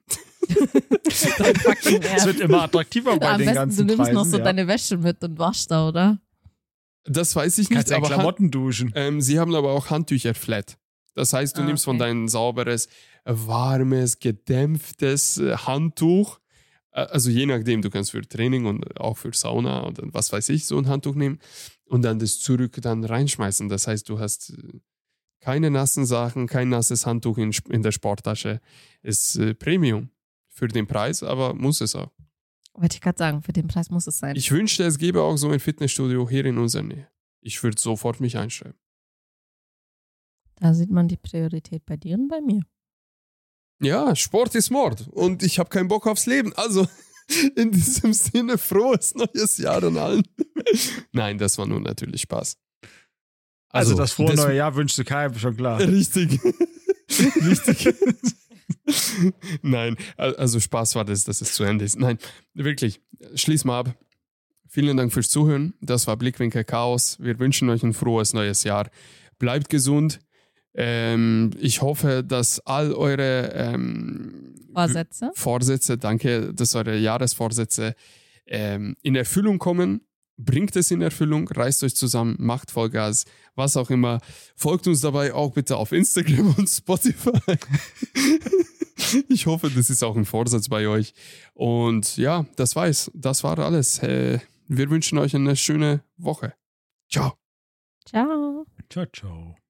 S3: Dein fucking
S2: Es wird immer attraktiver bei
S3: Am
S2: den
S3: besten, du
S2: ganzen
S3: nimmst
S2: Preisen.
S3: noch so
S2: ja.
S3: deine Wäsche mit und waschst da, oder?
S1: Das weiß ich nicht,
S2: Kannst ja
S1: aber hat,
S2: Klamotten duschen.
S1: Ähm, sie haben aber auch Handtücher flat. Das heißt, du
S3: Ah,
S1: nimmst von
S3: okay.
S1: deinem sauberes, äh, warmes, gedämpftes äh, Handtuch. Äh, Also je nachdem, du kannst für Training und auch für Sauna und dann was weiß ich, so ein Handtuch nehmen und dann das zurück dann reinschmeißen. Das heißt, du hast äh, keine nassen Sachen, kein nasses Handtuch in, Sp- in der Sporttasche. Ist äh, Premium für den Preis, aber muss es auch.
S3: Wollte ich gerade sagen, für den Preis muss es sein.
S1: Ich wünschte, es gäbe auch so ein Fitnessstudio hier in unserer Nähe. Ich würde sofort mich einschreiben.
S3: da sieht man die Priorität bei dir und bei mir.
S1: Ja, Sport ist Mord und ich habe keinen Bock aufs Leben. Also in diesem Sinne frohes neues Jahr an allen. Nein, das war nur natürlich Spaß.
S2: Also, das frohe neue Jahr wünschst du keinem, schon klar.
S1: Richtig. Richtig. Nein, al- also Spaß war das, dass es zu Ende ist. Nein, wirklich, schließ mal ab. Vielen Dank fürs Zuhören. Das war Blickwinkel Chaos. Wir wünschen euch ein frohes neues Jahr. Bleibt gesund. Ähm, ich hoffe, dass all eure ähm,
S3: Vorsätze?
S1: Vorsätze, danke, dass eure Jahresvorsätze ähm, in Erfüllung kommen. Bringt es in Erfüllung, reißt euch zusammen, macht Vollgas, was auch immer. Folgt uns dabei auch bitte auf Instagram und Spotify. Ich hoffe, das ist auch ein Vorsatz bei euch. Und ja, das war's. Das war alles. Äh, Wir wünschen euch eine schöne Woche. Ciao.
S3: Ciao.
S2: Ciao, ciao.